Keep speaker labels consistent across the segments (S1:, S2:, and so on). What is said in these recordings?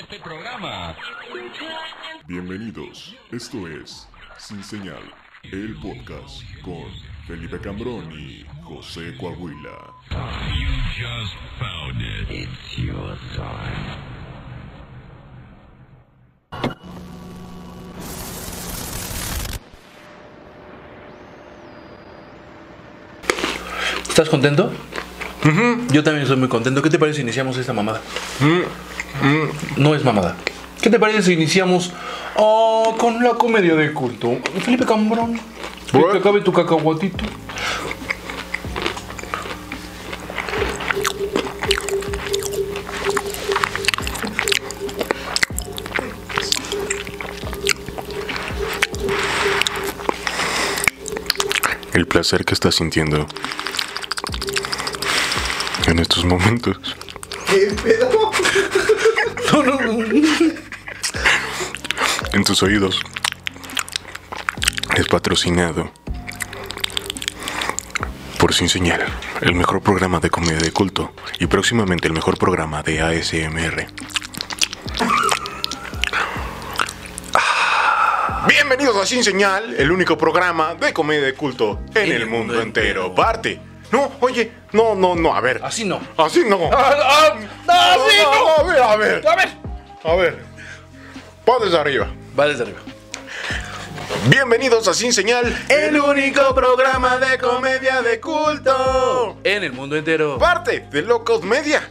S1: este programa.
S2: Bienvenidos, esto es Sin Señal, el podcast con Felipe Cambrón y José Coahuila.
S1: You just found it. It's your time.
S3: ¿Estás contento? Yo también estoy muy contento. ¿Qué te parece si iniciamos esta mamada? Mm, No es mamada. ¿Qué te parece si iniciamos ah, con la comedia de culto? Felipe Cambrón. Que
S4: Bueno.
S3: te acabe tu cacahuatito.
S4: El placer que estás sintiendo en estos momentos.
S3: No, no, no.
S4: En tus oídos. Es patrocinado por Sin Señal, el mejor programa de comedia de culto y próximamente el mejor programa de ASMR. Bienvenidos a Sin Señal, el único programa de comedia de culto en el mundo entero. Parte. No, oye, no, no, no, a ver.
S3: Así no.
S4: Así no.
S3: Ah, así
S4: A ver, a ver,
S3: A ver.
S4: a ver. Pa desde arriba.
S3: Va desde arriba.
S4: Bienvenidos a Sin Señal, el único programa de comedia de culto.
S3: En el mundo entero.
S4: Parte de Locos Media.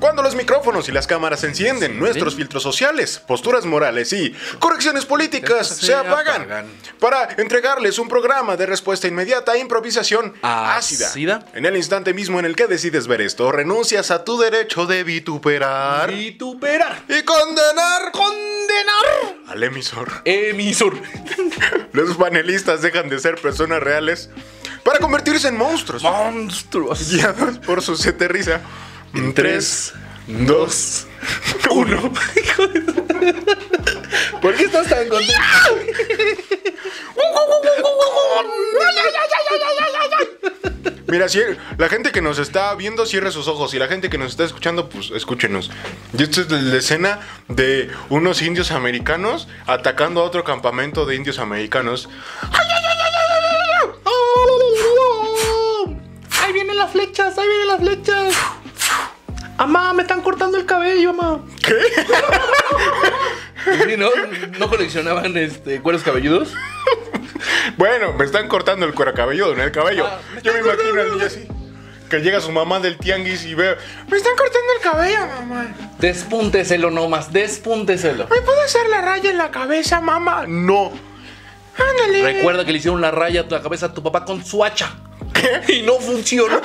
S4: Cuando los micrófonos y las cámaras se encienden, nuestros filtros sociales, posturas morales y correcciones políticas
S3: Se
S4: se, apagan,
S3: apagan.
S4: para entregarles un programa de respuesta inmediata e improvisación
S3: Ácida.
S4: ácida. En el instante mismo en el que decides ver esto, renuncias a tu derecho de vituperar
S3: Vituperar.
S4: y condenar
S3: Condenar.
S4: al emisor.
S3: Emisor.
S4: Los panelistas dejan de ser personas reales para convertirse en monstruos,
S3: Monstruos.
S4: guiados por su sete risa. Mm, En
S3: tres,
S4: 3, 2, 1.
S3: ¿Por qué estás tan contento?
S4: Mira, si la gente que nos está viendo cierre sus ojos y la gente que nos está escuchando, pues escúchenos. Y esto es la escena de unos indios americanos atacando a otro campamento de indios americanos.
S3: Ahí vienen las flechas, ahí vienen las flechas. Amá, me están cortando el cabello, mamá. ¿Qué? ¿No, ¿No coleccionaban este, cueros cabelludos?
S4: Bueno, me están cortando el cueracabelludo en el cabello.
S3: Ah, me
S4: Yo me
S3: están
S4: imagino al
S3: cortando-
S4: niño así. Que llega su mamá del tianguis y ve. Me están cortando el cabello, mamá.
S3: Despúnteselo nomás, despúnteselo.
S4: ¿Me puedo hacer la raya en la cabeza, mamá? No. Ándale.
S3: Recuerda que le hicieron la raya a la cabeza a tu papá con su hacha. Y no funcionó.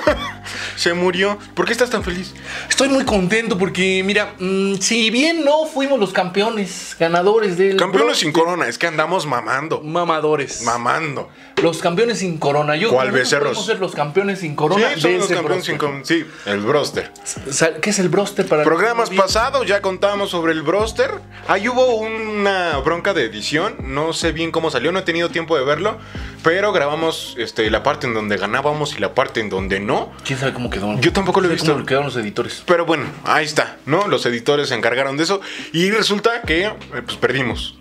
S4: Se murió. ¿Por qué estás tan feliz?
S3: Estoy muy contento porque, mira, mm, si bien no fuimos los campeones, ganadores del.
S4: Campeones
S3: bro-
S4: sin corona, es que andamos mamando.
S3: Mamadores.
S4: Mamando.
S3: Los campeones sin corona. Yo
S4: ¿Cuál
S3: creo que
S4: becerros?
S3: podemos ser los campeones sin corona.
S4: sí, somos
S3: de
S4: los
S3: ese
S4: campeones sin
S3: prospecto.
S4: corona. Sí, el broster.
S3: Sa- ¿Qué es el broster para
S4: Programas
S3: Bien.
S4: pasados ya contábamos sobre el broster. Ahí hubo una bronca de edición. No sé bien cómo salió, no he tenido tiempo de verlo. Pero grabamos este, la parte en donde ganábamos y la parte en donde no.
S3: ¿Quién sabe cómo quedó?
S4: Yo tampoco lo he
S3: ¿Quién sabe
S4: visto.
S3: cómo quedaron los editores.
S4: Pero bueno, ahí está, ¿no? Los editores se encargaron de eso. Y resulta que eh, pues, perdimos.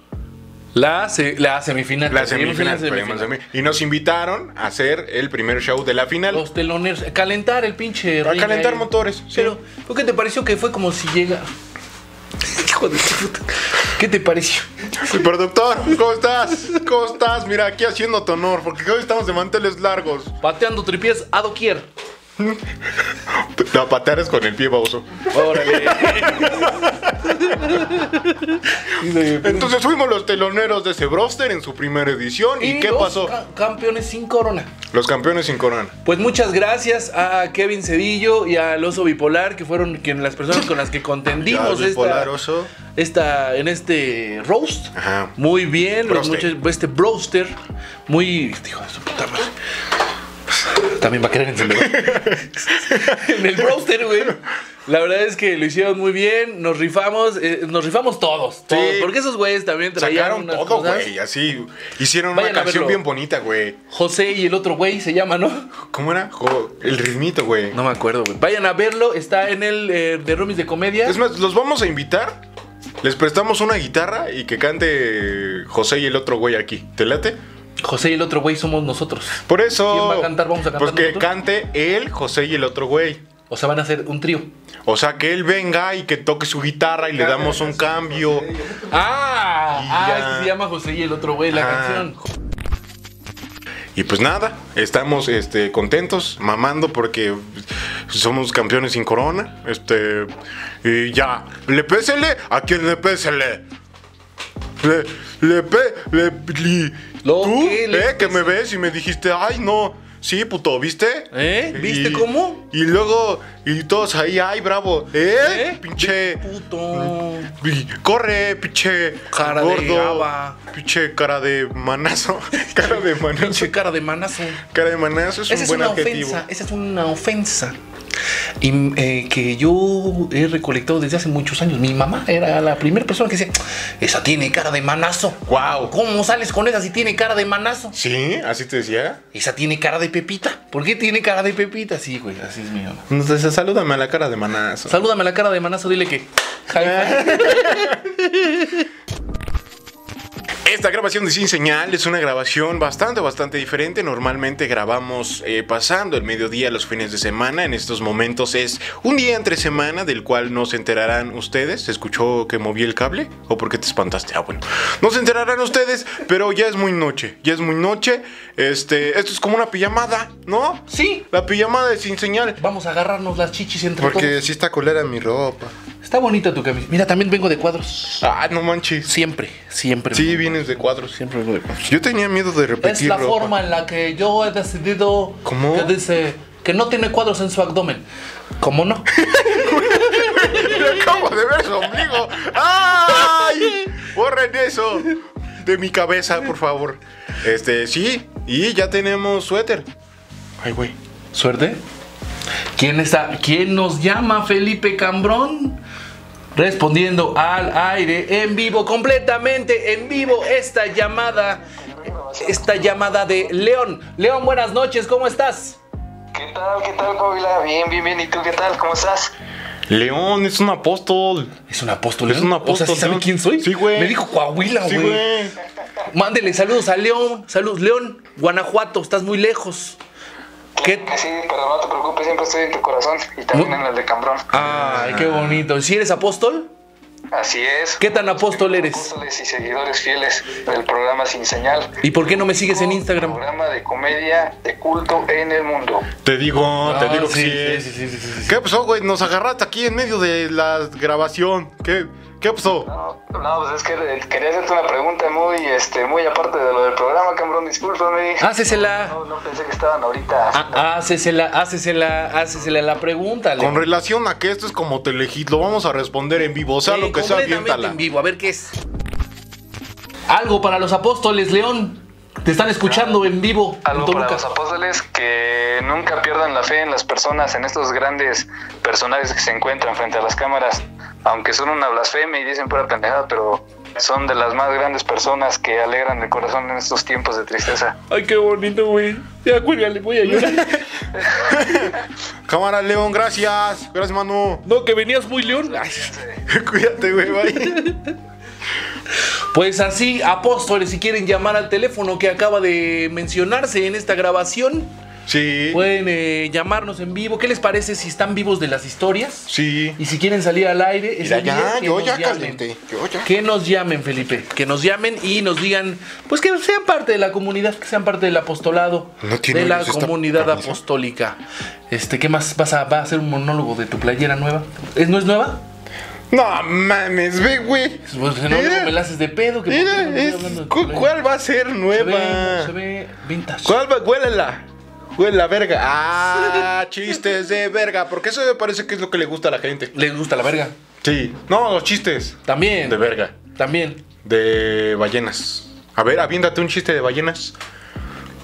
S3: La, se- la semifinal.
S4: La
S3: Seguimos en
S4: semifinal, perdimos la semi- Y nos invitaron a hacer el primer show de la final.
S3: Los teloneros. Calentar el pinche.
S4: A
S3: ring
S4: calentar
S3: ahí.
S4: motores, sí.
S3: Pero, ¿por qué te pareció que fue como si llega. Hijo de su puta. ¿Qué te pareció?
S4: Sí, Productor, ¿cómo estás? ¿Cómo estás? Mira, aquí haciendo honor, porque hoy estamos de manteles largos.
S3: Pateando tripies a doquier.
S4: La patear es con el pie, baboso.
S3: Órale.
S4: Entonces fuimos los teloneros de ese broster en su primera edición. ¿Y, qué
S3: los
S4: pasó?
S3: ca- campeones sin corona.
S4: Los campeones sin corona.
S3: Pues muchas gracias a Kevin Cedillo y al oso bipolar, que fueron quien- las personas con las que contendimos
S4: Ya, bipolar,
S3: esta,
S4: oso.
S3: esta- en este roast.
S4: Ajá.
S3: Muy bien, los
S4: Broster.
S3: muchos- este broster. Muy. Hijo de su puta madre. También va a querer encender. en el broster, güey. La verdad es que lo hicieron muy bien, nos rifamos, eh, nos rifamos todos, todos, porque esos güeyes también traían
S4: Sacaron
S3: unas
S4: todo,
S3: cosas.
S4: güey. Así. Hicieron
S3: Vayan a
S4: una canción
S3: verlo.
S4: bien bonita, güey.
S3: José y el otro güey se llama, ¿no?
S4: ¿Cómo era? Jo- el ritmito, güey.
S3: No me acuerdo, güey. Vayan a verlo, está en el eh, de Roomies de Comedia.
S4: Es más, los vamos a invitar Les prestamos una guitarra y que cante José y el otro güey aquí. ¿Te late?
S3: José y el otro güey somos nosotros.
S4: Por eso.
S3: ¿Quién va a cantar? Vamos a cantar
S4: Pues que
S3: nosotros.
S4: cante él, José y el otro güey.
S3: O sea, van a hacer un trío.
S4: O sea, que él venga y que toque su guitarra y le damos un cambio.
S3: ¡Ah!
S4: Y
S3: Ah,
S4: ya.
S3: es que se llama José y el otro güey la
S4: Ah.
S3: canción.
S4: Y pues nada, estamos este, contentos, mamando porque somos campeones sin corona. Este, y ya, le pésele a quien le pésele. Le, le, pe- le, li-
S3: Lo
S4: tú,
S3: que le
S4: eh, que me ves y me dijiste, ay, no. Sí, puto, ¿viste?
S3: ¿Eh? ¿Viste
S4: Y-
S3: cómo?
S4: Y luego, y todos ahí, ay, bravo. ¿Eh?
S3: ¿Eh?
S4: Pinche.
S3: Puto.
S4: Y Corre, pinche
S3: Cara de
S4: gordo.
S3: gaba.
S4: pinche cara de manazo. Cara de manazo.
S3: Pinche cara de manazo.
S4: Cara de manazo es
S3: Esa
S4: un
S3: es
S4: buen
S3: una
S4: adjetivo.
S3: ofensa. Esa es una ofensa. Y eh, que yo he recolectado desde hace muchos años. Mi mamá era la primera persona que decía: Esa tiene cara de manazo.
S4: Guau.
S3: ¿Cómo sales con esa si tiene cara de manazo?
S4: Sí, así te decía.
S3: Esa tiene cara de Pepita. ¿Por qué tiene cara de Pepita? Sí, güey, así es mi mamá.
S4: Entonces, salúdame a la cara de manazo.
S3: Salúdame a la cara de manazo, dile que.
S4: Esta grabación de Sin Señal es una grabación bastante, bastante diferente. Normalmente grabamos eh, pasando el mediodía los fines de semana. En estos momentos es un día entre semana del cual no se enterarán ustedes. ¿Se escuchó que moví el cable? ¿O por qué te espantaste? Ah, bueno. No se enterarán ustedes, pero ya es muy noche. Ya es muy noche. Este, esto es como una pijamada, ¿no?
S3: sí,
S4: La pijamada de Sin Señal.
S3: vamos a agarrarnos las chichis entre
S4: Porque sí está colera mi ropa.
S3: todos. Está bonita tu camisa. Mira, también vengo de cuadros.
S4: Ah, no manches.
S3: Siempre, siempre.
S4: Sí, vienes de cuadros.
S3: siempre vengo de cuadros.
S4: Yo tenía miedo de repetir
S3: Es la
S4: ropa.
S3: forma en la que yo he decidido
S4: ¿Cómo?
S3: que dice que no tiene cuadros en su abdomen. ¿Cómo no?
S4: Le acabo de ver su ombligo. ¡Ay! Borren eso de mi cabeza, por favor. Este, sí, y ya tenemos suéter. Ay, güey.
S3: Suerte. ¿Quién está? ¿Quién nos llama Felipe Cambrón? Respondiendo al aire en vivo, completamente en vivo esta llamada. Esta llamada de León. León, buenas noches, ¿cómo estás?
S5: ¿Qué tal? ¿Qué tal, Paula? Bien, bien, bien. ¿Y tú qué tal? ¿Cómo estás?
S4: León es un apóstol.
S3: Es un apóstol,
S4: Es un apóstol,
S3: O sea, ¿sí sabe
S4: León.
S3: quién soy?
S4: Sí, güey.
S3: Me dijo Coahuila,
S4: Sí,
S3: güey.
S4: güey.
S3: Mándele saludos a León. Saludos, León, Guanajuato, estás muy lejos. ¿Qué?
S5: Que Sí, pero no te preocupes, siempre estoy en tu corazón y también
S3: Mu-
S5: en el de Cambrón.
S4: Ah,
S3: Ay, qué bonito. ¿Si eres apóstol?
S5: Así es.
S3: ¿Qué tan apóstol eres?
S5: Apóstoles y seguidores fieles del programa Sin Señal.
S3: ¿Y por qué no me sigues en Instagram?
S5: Programa de comedia de culto en el mundo.
S4: Te digo, te
S3: Ah,
S4: digo que sí. es. ¿Qué pasó, güey? Nos agarraste aquí en medio de la grabación. ¿Qué, qué pasó?
S5: No, no, pues es que eh, quería hacerte una pregunta muy, este, muy aparte de lo del programa, Cambrón. Discúlpame.
S3: Ah. Hácesela.
S5: No, no pensé que estaban ahorita.
S3: Ah, Hácesela, hácesela, hácesela la pregunta.
S4: Con
S3: León.
S4: relación a que esto es como Telehit, lo vamos a responder en vivo. O sea,
S3: Eh,
S4: lo que sea,
S3: completamente
S4: aviéntala.
S3: en vivo, a ver qué es. Algo para los apóstoles, León. Te están escuchando en vivo. en
S5: Algo para
S3: Toluca.
S5: los apóstoles que nunca pierdan la fe en las personas, en estos grandes personajes que se encuentran frente a las cámaras, aunque son una blasfemia y dicen pura pendejada, pero son de las más grandes personas que alegran el corazón en estos tiempos de tristeza.
S3: Ay, qué bonito, güey. Ya, cuélgale, voy a llorar.
S4: Cámara, León, gracias. Gracias, Manu.
S3: No, que venías muy león. Ay.
S4: Cuídate, güey, bye.
S3: Pues así, apóstoles, si quieren llamar al teléfono que acaba de mencionarse en esta grabación,
S4: Sí,
S3: pueden eh, llamarnos en vivo. ¿Qué les parece si están vivos de las historias?
S4: sí.
S3: Y si quieren salir al aire, ese
S4: Mira,
S3: día
S4: ya,
S3: que
S4: yo
S3: nos
S4: ya
S3: llamen.
S4: calenté. Yo ya.
S3: Que nos llamen, Felipe. Que nos llamen y nos digan, pues que sean parte de la comunidad, que sean parte del apostolado,
S4: No tiene
S3: de la
S4: eres esta
S3: comunidad
S4: camisa.
S3: apostólica. Este, ¿qué más? ¿Vas a, va a hacer un monólogo de tu playera nueva? ¿Es, ¿No es nueva?
S4: No mames, ve, güey.
S3: Pues, no, luego
S4: Mira,
S3: me la haces de pedo. Que por qué no
S4: Mira,
S3: estoy
S4: es-
S3: hablando de tu
S4: cu-
S3: playera.
S4: ¿cuál va a ser
S3: Se ve,
S4: nueva?
S3: se ve vintage.
S4: ¿Cuál va? Huélela. Huele la verga. Ah, chistes de verga. Porque eso me parece que es lo que le gusta a la gente.
S3: Les gusta la verga.
S4: Sí. No, los chistes.
S3: También.
S4: De verga.
S3: También.
S4: De ballenas. A ver, aviéndate un chiste de ballenas.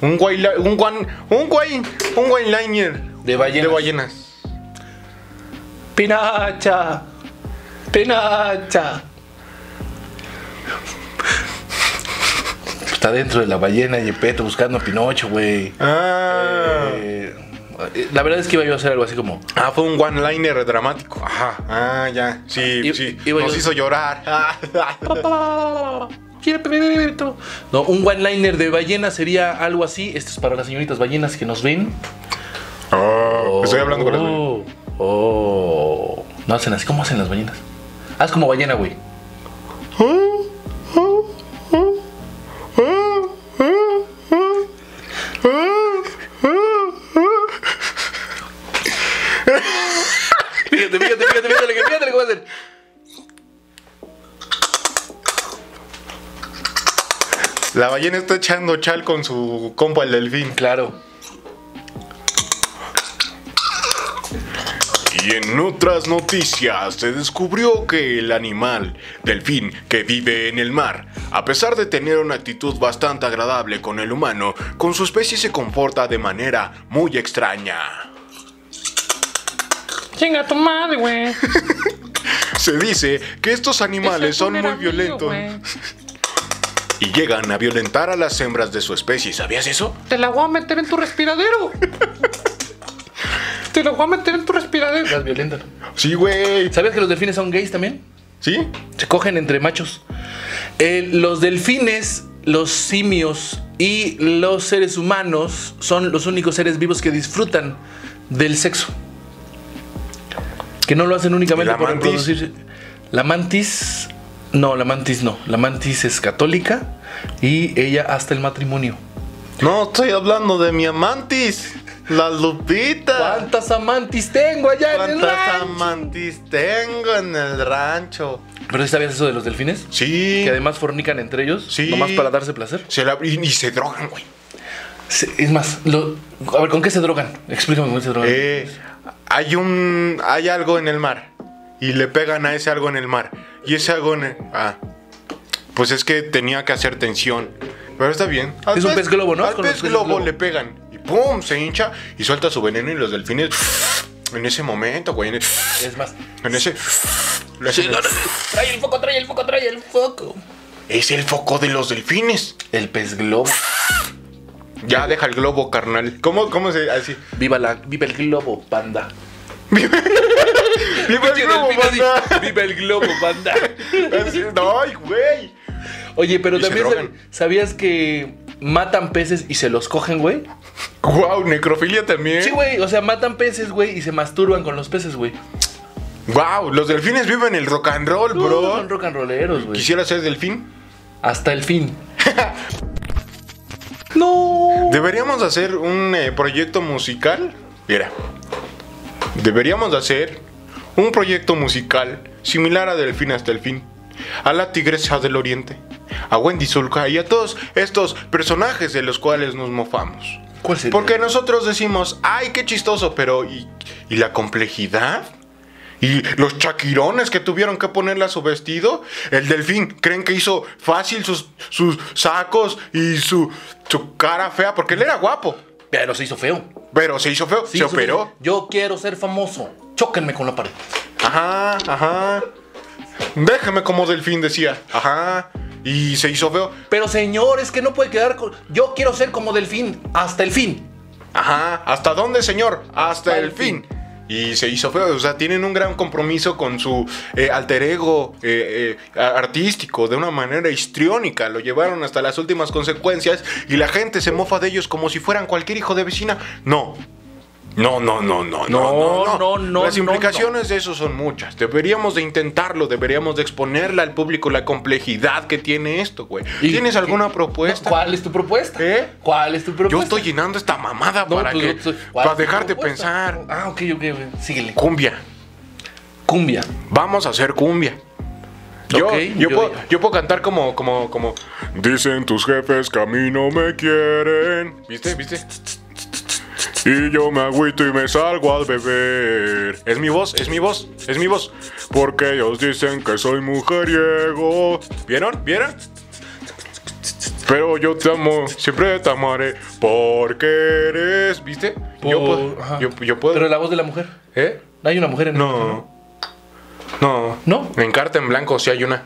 S4: Un guay. li- Un guan. Un guay. Un guay liner.
S3: De ballenas.
S4: De ballenas.
S3: Pinacha. Pinacha. Está dentro de la ballena Yepeto buscando a Pinocho, güey.
S4: Ah.
S3: Eh, eh, la verdad es que iba yo a hacer algo así como.
S4: Ah, fue un one-liner dramático.
S3: Ajá.
S4: Ah, ya. Sí,
S3: Y- Ah.
S4: sí.
S3: iba
S4: Nos
S3: yo-
S4: hizo llorar.
S3: No, un one-liner de ballena sería algo así. Esto es para las señoritas ballenas que nos ven.
S4: Oh, Estoy hablando con las
S3: Oh, oh. No hacen así. ¿Cómo hacen las ballenas? Haz como ballena, güey. Fíjate, fíjate, fíjate, fíjate, lo que- fíjate lo que va a hacer.
S4: La ballena está echando chal con su compa el delfín.
S3: Claro.
S4: Y en otras noticias se descubrió que el animal, delfín, que vive en el mar, a pesar de tener una actitud bastante agradable con el humano, con su especie se comporta de manera muy extraña.
S6: Chinga tu madre, güey.
S4: Se dice que estos animales
S6: Ese
S4: son
S6: atún
S4: muy
S6: era
S4: violentos
S6: mío, güey.
S4: y llegan a violentar a las hembras de su especie. ¿Sabías eso?
S6: Te la voy a meter en tu respiradero. Te la voy a meter en tu respiradero.
S3: Las violentan.
S4: Sí, güey.
S3: ¿Sabías que los delfines son gays también?
S4: ¿Sí?
S3: Se cogen entre machos. Eh, los delfines, los simios y los seres humanos son los únicos seres vivos que disfrutan del sexo. Que no lo hacen únicamente
S4: ¿Y la
S3: por
S4: mantis?
S3: reproducirse. La mantis. No, la mantis no. La mantis es católica y ella hasta el matrimonio.
S4: No, estoy hablando de mi amantis, la Lupita.
S3: ¿Cuántas amantis tengo allá en el rancho?
S4: amantis tengo en el rancho?
S3: ¿Pero sí sabías eso de los delfines?
S4: Sí.
S3: Que además fornican entre ellos,
S4: Sí.
S3: nomás para darse placer.
S4: Se la- y, y se drogan, güey.
S3: Sí, Es más, lo- a ver, ¿con qué se drogan? Explícame con qué se drogan.
S4: Eh, hay un. Hay algo en el mar. Y le pegan a ese algo en el mar. Y ese algo en el. Ah. Pues es que tenía que hacer tensión. Pero está bien. Al
S3: Es un pez globo, ¿no?
S4: Al
S3: Con
S4: pez
S3: los peces
S4: globo,
S3: globo.
S4: le pegan. Y pum, se hincha y suelta su veneno y los delfines. En ese momento, güey. En, el-
S3: Es más,
S4: en ese. le hacen el-
S3: trae el foco, trae el foco, trae el foco.
S4: es el foco de los delfines.
S3: El pez globo.
S4: Ya deja el globo, carnal. ¿Cómo, cómo se.? Así.
S3: Viva la, viva el globo, panda.
S4: ¡Viva el globo,
S3: Delfín
S4: banda!
S3: así, Viva el globo, panda.
S4: Así, no, ay, güey.
S3: Oye, pero
S4: Y se
S3: también sab-
S4: drogan.
S3: sabías que matan peces y se los cogen, güey.
S4: Wow, necrofilia también.
S3: Sí, güey. O sea, matan peces, güey, y se masturban con los peces, güey.
S4: Wow, los delfines viven el rock and roll,
S3: No,
S4: bro.
S3: Son rock and rolleros, güey.
S4: Quisiera ser delfín.
S3: Hasta el fin. no.
S4: Deberíamos hacer un eh, proyecto musical. Mira, deberíamos hacer un proyecto musical similar a Delfín hasta el fin, a la Tigresa del Oriente, a Wendy Zulka y a todos estos personajes de los cuales nos mofamos.
S3: ¿Cuál sería?
S4: Porque nosotros decimos, ay, qué chistoso, pero ¿y, y la complejidad? ¿Y los chaquirones que tuvieron que ponerle a su vestido? El delfín, ¿creen que hizo fácil sus, sus sacos y su, su cara fea? Porque él era guapo,
S3: Pero se hizo feo.
S4: pero se hizo feo,
S3: Sí,
S4: se
S3: hizo
S4: operó.
S3: feo. Yo quiero ser famoso. Chóquenme con la pared.
S4: Ajá, ajá. Déjame como delfín decía. Ajá. Y se hizo feo.
S3: Pero señor, es que no puede quedar con. Yo quiero ser como delfín, hasta el fin.
S4: Ajá, ¿hasta dónde, señor? Hasta el fin. Y se hizo feo, o sea, tienen un gran compromiso con su eh, alter ego eh, eh, a- artístico de una manera histriónica. Lo llevaron hasta las últimas consecuencias y la gente se mofa de ellos como si fueran cualquier hijo de vecina. No. No, no, no, no, no, no, no,
S3: no, no,
S4: Las
S3: no,
S4: implicaciones de eso son muchas. Deberíamos de intentarlo, deberíamos de exponerle al público la complejidad que tiene esto, güey.
S3: ¿Y
S4: ¿Tienes
S3: qué-
S4: alguna
S3: No,
S4: propuesta?
S3: ¿Cuál es tu propuesta?
S4: Pues, ¿Eh?
S3: ¿Cuál es tu
S4: Yo
S3: propuesta?
S4: estoy llenando esta mamada
S3: No,
S4: para
S3: pues,
S4: que
S3: yo estoy- ¿cuál
S4: para
S3: es tu
S4: dejarte
S3: propuesta?
S4: pensar.
S3: Ah, ok, ok, ok. Síguele.
S4: Cumbia.
S3: Cumbia.
S4: Vamos a hacer cumbia. Yo,
S3: Ok, yo-
S4: yo, puedo, yo puedo cantar como, como, como. Dicen tus jefes que a mí no me quieren. ¿Viste? ¿Viste? Y yo me agüito y me salgo al beber. Es mi voz, es mi voz, es mi voz. Porque ellos dicen que soy mujeriego. ¿Vieron? ¿Vieron? Pero yo te amo, siempre te amaré. Porque eres. ¿Viste? yo
S3: Por-
S4: puedo.
S3: ajá.
S4: Yo, yo puedo.
S3: Pero la voz de la mujer.
S4: ¿Eh?
S3: No hay una mujer en
S4: No. No.
S3: ¿No?
S4: En carta en blanco sí hay una.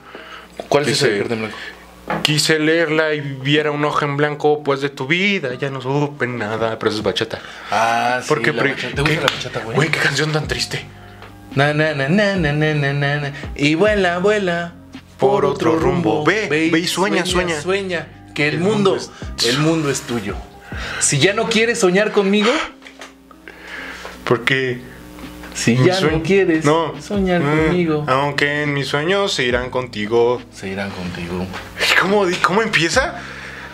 S3: ¿Cuál es
S4: Dice-
S3: ese de Carta en blanco?
S4: Quise leerla y viera un ojo en blanco, pues de tu vida ya no supe nada. Pero eso es bachata.
S3: Ah, sí.
S4: Porque,
S3: la
S4: pre-
S3: bachata. ¿Te gusta
S4: ¿qué?
S3: la bachata, güey?
S4: Güey, qué canción tan triste.
S3: Na, na, na, na, na, na, na, na, na. Y vuela, vuela.
S4: Por otro rumbo. Ve, ve y sueña, sueña.
S3: sueña, que el, mundo, el mundo es tuyo. Si ya no quieres soñar conmigo,
S4: Porque
S3: si
S4: mis
S3: ya no
S4: sueños-
S3: quieres
S4: Mm, no.
S3: soñar
S4: Mm,
S3: conmigo,
S4: Aunque en mis sueños se irán contigo.
S3: se irán contigo.
S4: ¿Y ¿Cómo, di- cómo empieza?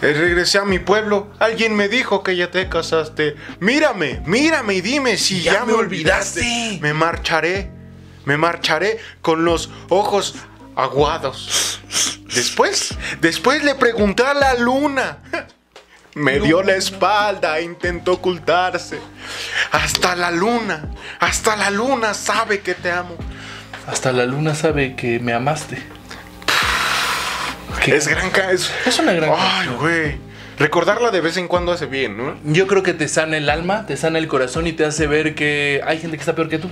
S4: Eh, regresé a mi pueblo. Alguien me dijo que ya te casaste. Mírame, mírame y dime si ya, me olvidaste.
S3: olvidaste.
S4: Me marcharé, me marcharé con los ojos aguados. Después, después le pregunté a la luna. Me dio la espalda e intentó ocultarse. Hasta la luna, hasta la luna sabe que te amo.
S3: Hasta la luna sabe que me amaste. Qué-
S4: Es gran ca- es-
S3: Es una gran
S4: Ay, güey. Recordarla de vez en cuando hace bien, ¿no?
S3: Yo creo que te sana el alma, te sana el corazón y te hace ver que hay gente que está peor que tú.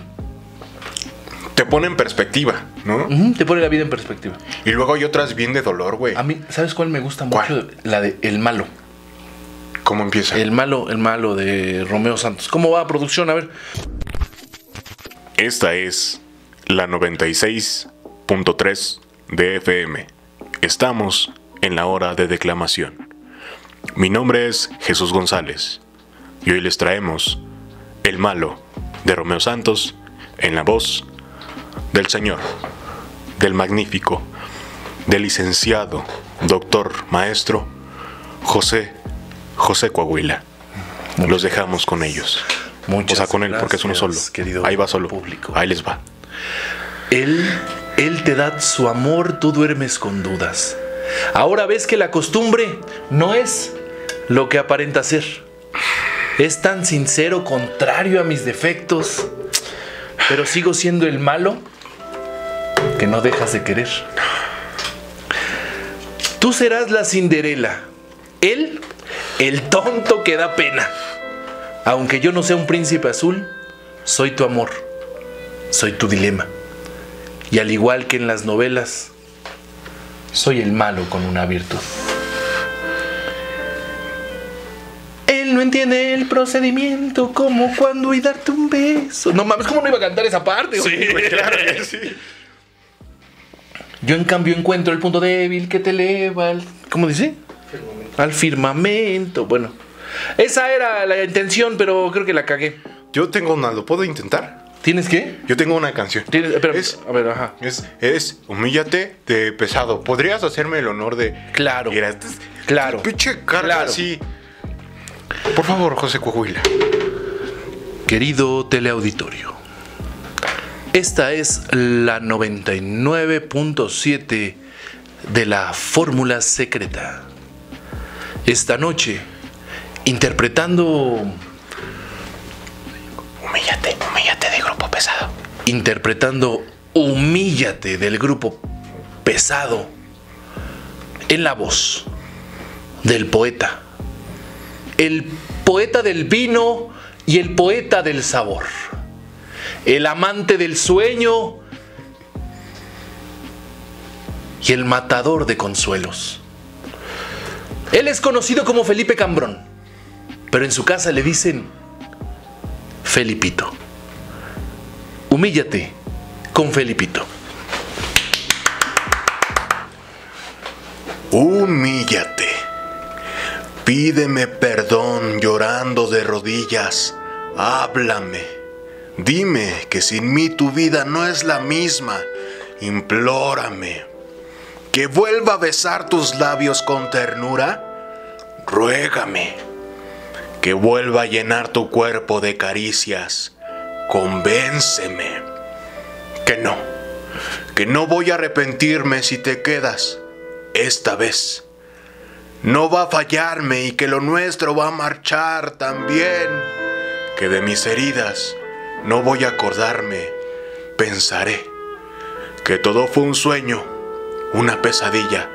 S4: te pone en perspectiva, ¿no?
S3: Ujú, Te pone la vida en perspectiva.
S4: Y luego hay otras bien de dolor, güey.
S3: A mí, ¿sabes cuál me gusta
S4: ¿Cuál?
S3: mucho? La de El Malo.
S4: ¿Cómo empieza?
S3: El Malo, El Malo de Romeo Santos. ¿Cómo va producción? A ver.
S2: Esta es la 96.3 de FM. Estamos en la hora de declamación. Mi nombre es Jesús González y hoy les traemos El Malo de Romeo Santos en la voz del Señor, del magnífico, del licenciado, doctor, maestro José, José Coahuila. Los dejamos con ellos.
S3: Muchas
S2: o sea, con él, porque es uno solo.
S3: gracias, querido
S2: Ahí va solo.
S3: público.
S2: Ahí les va.
S3: Él, él te da su amor, tú duermes con dudas. Ahora ves que la costumbre no es lo que aparenta ser. Es tan sincero, contrario a mis defectos, pero sigo siendo el malo que no dejas de querer. Tú serás la Cinderela, él, el tonto que da pena. Aunque yo no sea un príncipe azul, soy tu amor, soy tu dilema. Y al igual que en las novelas, soy el malo con una virtud. Él no entiende el procedimiento, como cuando y darte un beso. No mames, ¿cómo no iba a cantar esa parte? güey? Yo en cambio encuentro el punto débil que te eleva al... ¿Cómo dice? Al firmamento. Bueno, esa era la intención, pero creo que la cagué.
S4: Yo tengo una, ¿lo puedo intentar?
S3: ¿Tienes qué?
S4: Yo tengo una canción.
S3: ¿Tienes? Espérame,
S4: Es,
S3: a ver, ajá.
S4: es, es Humíllate de pesado. ¿Podrías hacerme el honor de.
S3: Claro.
S4: Y era- es-
S3: Claro.
S4: Pinche carga
S3: Claro.
S4: así. Por favor, José Coahuila.
S3: Querido teleauditorio, esta es la 99.7 de la fórmula secreta. Esta noche, interpretando... Humíllate, humíllate de grupo pesado. Interpretando Humíllate del grupo pesado en la voz del poeta el poeta del vino y el poeta del sabor, el amante del sueño y el matador de consuelos. Él es conocido como Felipe Cambrón, pero en su casa le dicen Felipito. Humíllate con Felipito.
S4: Humíllate. Pídeme perdón llorando de rodillas. Háblame. Dime que sin mí tu vida no es la misma. Implórame. Que vuelva a besar tus labios con ternura. Ruégame. Que vuelva a llenar tu cuerpo de caricias. Convénceme. Que no. Que no voy a arrepentirme si te quedas esta vez. No va a fallarme y que lo nuestro va a marchar también. Que de mis heridas no voy a acordarme, pensaré. Que todo fue un sueño, una pesadilla.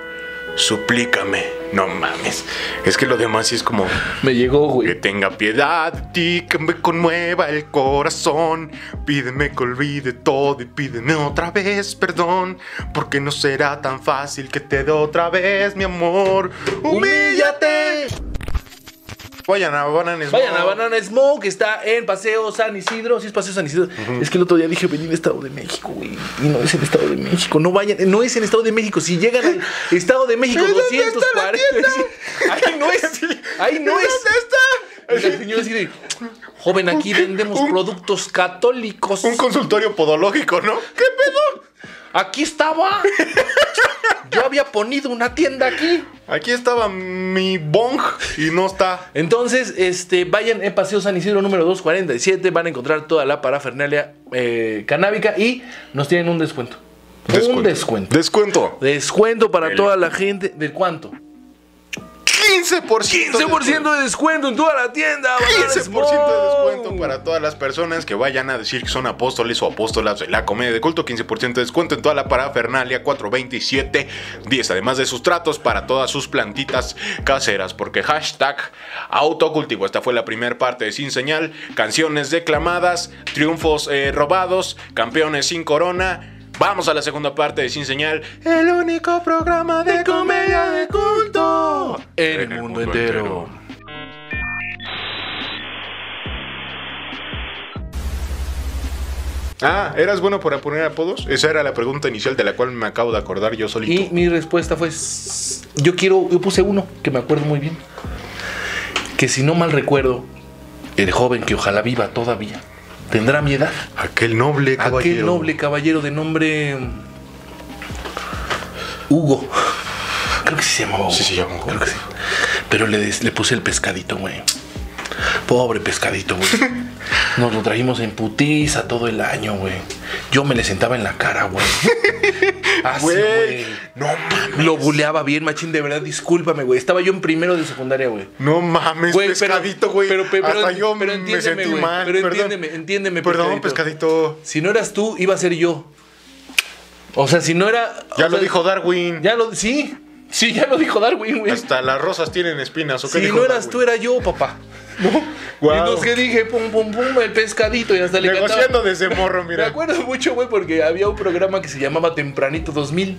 S4: Suplícame
S2: No mames. Es que lo demás sí es como
S3: Me llegó,
S2: que
S3: güey.
S2: tenga piedad de ti, que me conmueva el corazón. Pídeme que olvide todo y pídeme otra vez perdón. Porque no será tan fácil que te dé otra vez, mi amor. ¡Humíllate! Vayan a Bananes.
S3: Vayan a Banana Smoke, está en Paseo San Isidro. Sí, es Paseo San Isidro. Es que el otro día dije venir al Estado de México, güey. Y no es en Estado de México. No vayan, no es en Estado de México. Si llegan al Estado de México
S4: ¿Dónde está la
S3: 240.
S4: tienda?
S3: Ahí no es. Ahí no es.
S4: ¿Dónde
S3: Y la
S4: está?
S3: señora así de, joven, aquí vendemos
S4: un-
S3: productos católicos.
S4: Un consultorio podológico, ¿no? ¿Qué pedo?
S3: Aquí estaba. Yo había ponido una tienda aquí.
S4: Aquí estaba mi bong y no está.
S3: Entonces, este, vayan en Paseo San Isidro número 247. Van a encontrar toda la parafernalia eh, canábica y nos tienen un descuento. Un descuento.
S4: Descuento.
S3: Descuento para toda la gente. ¿De cuánto?
S4: 15%.
S3: 15% de descuento en toda la tienda. Banana
S4: 15%
S3: Smoke.
S4: de descuento para todas las personas que vayan a decir que son apóstoles o apóstolas de la comedia de culto. 15% de descuento en toda la parafernalia 427 10. Además de sus tratos para todas sus plantitas caseras. Porque hashtag autocultivo. Esta fue la primera parte de Sin Señal. Canciones declamadas, triunfos eh, robados, campeones sin corona. Vamos a la segunda parte de Sin Señal. El único programa de comedia de culto
S3: En el mundo entero.
S4: Ah, ¿eras bueno para poner apodos? Esa era la pregunta inicial de la cual me acabo de acordar yo solito.
S3: Y mi respuesta fue: "S- Yo quiero, yo puse uno que me acuerdo muy bien. Que si no mal recuerdo, el joven que ojalá viva todavía tendrá mi edad.
S4: Aquel noble caballero.
S3: Aquel noble caballero de nombre. Hugo. Creo que sí se llamaba Hugo.
S4: Sí, se llama Hugo.
S3: Creo que sí. Pero le, des- le puse el pescadito, güey. Pobre pescadito, güey. Nos lo trajimos en putiza todo el año, güey. Yo me le sentaba en la cara, güey. Así,
S4: Güey,
S3: güey.
S4: no mames.
S3: Lo buleaba bien, machín, de verdad, discúlpame, güey. Estaba yo en primero de secundaria, güey.
S4: No mames,
S3: Güey, pero-
S4: pescadito, güey.
S3: pero- pero- pero-
S4: Hasta yo
S3: pero
S4: me
S3: entiéndeme,
S4: sentí
S3: güey,
S4: mal.
S3: pero
S4: perdón.
S3: entiéndeme, entiéndeme,
S4: Perdón, pescadito.
S3: Si no eras tú, iba a ser yo. O sea, si no era.
S4: Ya
S3: o
S4: lo
S3: sea,
S4: dijo Darwin.
S3: Ya lo. Sí, sí, ya lo dijo Darwin, güey.
S4: Hasta las rosas tienen espinas. ¿o qué
S3: Si
S4: dijo
S3: no eras tú,
S4: Darwin?
S3: era yo, papá.
S4: Guau.
S3: Y entonces que dije, pum, pum, pum, el pescadito. Y hasta le
S4: Negociando
S3: cantaba.
S4: desde morro,
S3: Me
S4: mira.
S3: acuerdo mucho, güey, porque había un programa que se llamaba Tempranito 2000,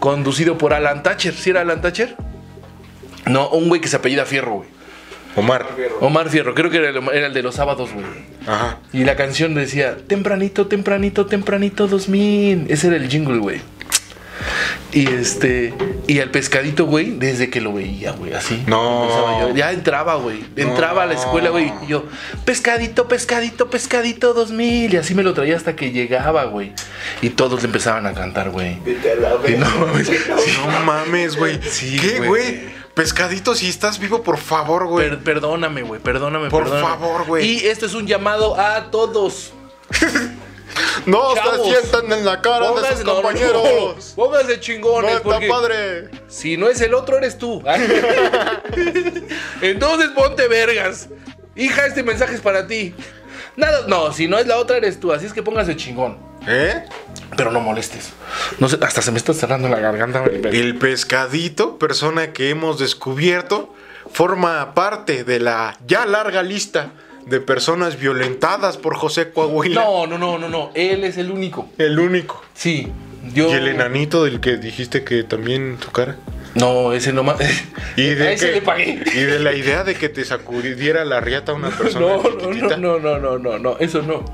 S3: conducido por Alan Thatcher. ¿Sí era Alan Thatcher? No, un güey que se apellida Fierro, güey.
S4: Omar.
S3: Omar Fierro, creo que era el, era el de los sábados, güey.
S4: Ajá.
S3: Y la canción decía, tempranito, tempranito, tempranito 2000. Ese era el jingle, güey. Y este, y al pescadito, güey, desde que lo veía, güey, así.
S4: No.
S3: Empezaba yo, ya entraba, güey. Entraba a la escuela, güey. Y yo, pescadito, pescadito, pescadito 2000. Y así me lo traía hasta que llegaba, güey. Y todos le empezaban a cantar, güey. Y no mames. sí.
S4: No mames, güey.
S3: Sí,
S4: ¿Qué,
S3: güey.
S4: güey? Pescadito, si estás vivo, por favor, güey.
S3: Per- perdóname, güey, perdóname,
S4: Por
S3: perdóname.
S4: favor, güey.
S3: Y esto es un llamado a todos.
S4: no
S3: chavos,
S4: se sientan en la cara de sus
S3: no, no,
S4: compañeros.
S3: no, pónganse
S4: No,
S3: chingones,
S4: está
S3: porque
S4: padre.
S3: si no es el otro, eres tú. Entonces ponte vergas. Hija, este mensaje es para ti. Nada, no, si no es la otra, eres tú. Así es que pónganse chingón.
S4: ¿Eh?
S3: Pero no molestes. No sé, hasta se me está cerrando la garganta. güey.
S4: El pescadito, persona que hemos descubierto, forma parte de la ya larga lista de personas violentadas por José Coahuila.
S3: No, no, no, no, no. Él es el único.
S4: El único.
S3: Sí. Yo.
S4: Y el enanito del que dijiste que también tu cara.
S3: No, ese nomás.
S4: Y de
S3: A ese
S4: que-
S3: le pagué.
S4: Y de la idea de que te sacudiera la riata una persona.
S3: No,
S4: chiquitita.
S3: no, no, no, no, no, no, eso no.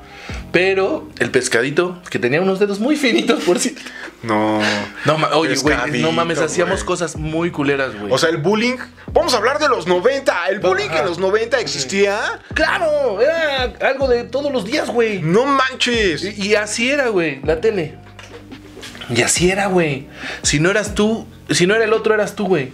S3: Pero el pescadito, que tenía unos dedos muy finitos, por cierto.
S4: No.
S3: No, ma- oye, güey,
S4: Pescadito,
S3: no mames, hacíamos
S4: güey.
S3: cosas muy culeras, güey.
S4: O sea, el bullying. Vamos a hablar de los 90. El bullying
S3: Ajá.
S4: en los 90 existía.
S3: claro, era algo de todos los días, güey.
S4: No manches.
S3: Y, y así era, güey, la tele. Y así era, güey. Si no eras tú, si no era el otro, eras tú, güey.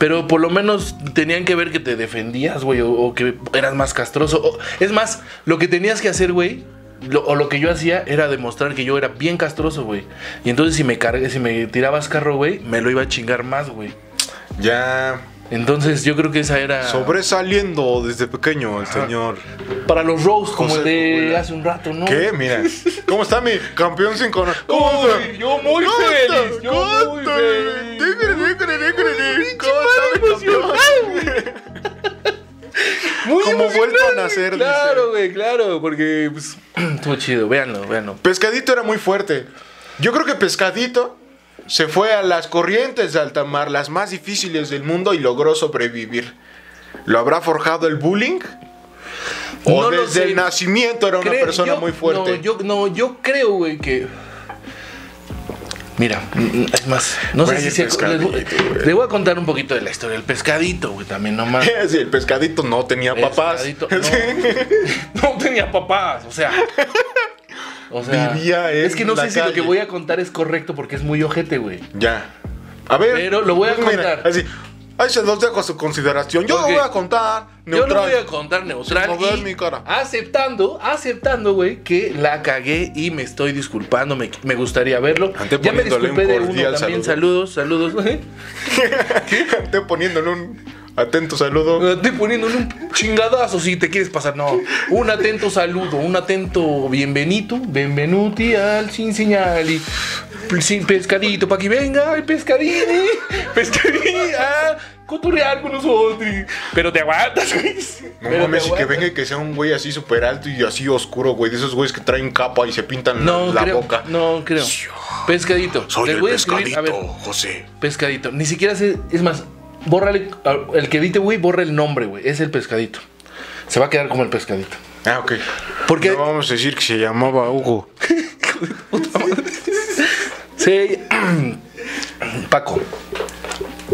S3: Pero por lo menos tenían que ver que te defendías, güey, o, o que eras más castroso. O- es más, lo que tenías que hacer, güey, lo- o lo que yo hacía era demostrar que yo era bien castroso, güey. Y entonces si me, cargué, si me tirabas carro, güey, me lo iba a chingar más, güey.
S4: Ya.
S3: Ah. Entonces yo creo que esa era...
S4: Sobresaliendo desde pequeño el señor.
S3: Para los roasts, como
S4: José
S3: el de
S4: Cubera.
S3: hace un rato, ¿no?
S4: ¿Qué? Mira. ¿Cómo está mi campeón sin cono?
S3: Uy, yo muy feliz, yo muy feliz.
S4: ¿Cómo está?
S3: emocionado, güey. Muy
S4: Como
S3: emocionado,
S4: vuelto a
S3: güey.
S4: nacer, dice.
S3: Claro, güey, claro, porque pues, estuvo chido, véanlo, véanlo.
S4: Pescadito era muy fuerte. Yo creo que Pescadito se fue a las corrientes de alta mar, las más difíciles del mundo, y logró sobrevivir. ¿Lo habrá forjado el bullying? ¿O
S3: No lo
S4: desde
S3: sé.
S4: el nacimiento era una
S3: Creo-
S4: persona
S3: yo-
S4: muy fuerte?
S3: No, yo, no, yo creo, güey, que. Mira, mm, es más, no
S4: Güey,
S3: sé
S4: el
S3: si se acu- les, voy-
S4: pescadito, güey.
S3: les voy a contar un poquito de la historia del pescadito, güey, también nomás.
S4: Sí, el pescadito no tenía papás.
S3: Pescadito, No, no tenía papás, o sea. O sea,
S4: Vivía en
S3: es que no
S4: la
S3: sé si lo
S4: calle.
S3: que voy a contar es correcto porque es muy ojete, güey.
S4: Ya. A ver.
S3: Pero lo voy a
S4: mira,
S3: contar.
S4: así. Ahí se los dejo a su consideración. Yo
S3: Ok.
S4: lo voy a contar neutral.
S3: Yo lo voy a contar neutral.
S4: Sin mover
S3: y
S4: mi cara.
S3: Aceptando, aceptando, güey, que la cagué y me estoy disculpando. Me, me gustaría verlo. Ya me
S4: Anteponiéndole un
S3: disculpé de uno
S4: cordial
S3: también. Saludos, saludos.
S4: Estoy poniéndole un atento saludo.
S3: Estoy poniéndole un chingadazo si te quieres pasar. No, un atento saludo, un atento bienvenido, benvenuti al sin señali. Sin pescadito, pa' que venga el pescadini, pescadini, a coturear con nosotros. Pero te aguantas, güey.
S4: No
S3: Pero
S4: mames,
S3: te
S4: y que
S3: aguantas.
S4: venga y que sea un güey así súper alto y así oscuro, güey. De esos güeyes que traen capa y se pintan
S3: No
S4: la
S3: creo,
S4: boca.
S3: No creo. Pescadito.
S2: Soy
S3: Les
S2: el
S3: voy a escribir-
S2: pescadito,
S3: a ver,
S2: José.
S3: pescadito. Ni siquiera sé. Es más, bórrale. El que edite, güey, borra el nombre, güey. Es el pescadito. Se va a quedar como el pescadito.
S4: Ah, ok.
S3: Porque-
S4: No vamos a decir que se llamaba Hugo.
S3: Sí. Paco.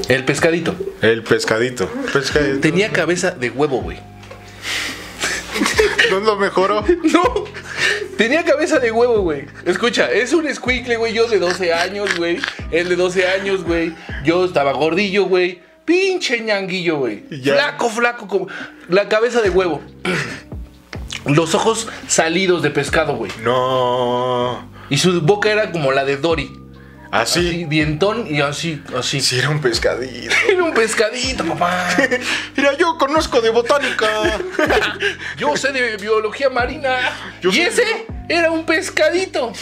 S3: El pescadito.
S4: El pescadito. Pescadito.
S3: Tenía cabeza de huevo, güey.
S4: ¿No lo mejoró?
S3: No. Tenía cabeza de huevo, güey. Escucha, es un squinkle, güey. Yo de 12 años, güey. Él de 12 años, güey. Yo estaba gordillo, güey. Pinche ñanguillo, güey.
S4: Y ya.
S3: Flaco, flaco, como. La cabeza de huevo. Los ojos salidos de pescado, güey.
S4: No.
S3: Y su boca era como la de Dory. Así,
S4: Así.
S3: dientón y así, así.
S4: Sí, era un pescadito.
S3: Era un pescadito, papá.
S4: Mira, yo conozco de botánica.
S3: Yo sé de biología marina.
S4: Yo
S3: y
S4: sé-
S3: ese era un pescadito.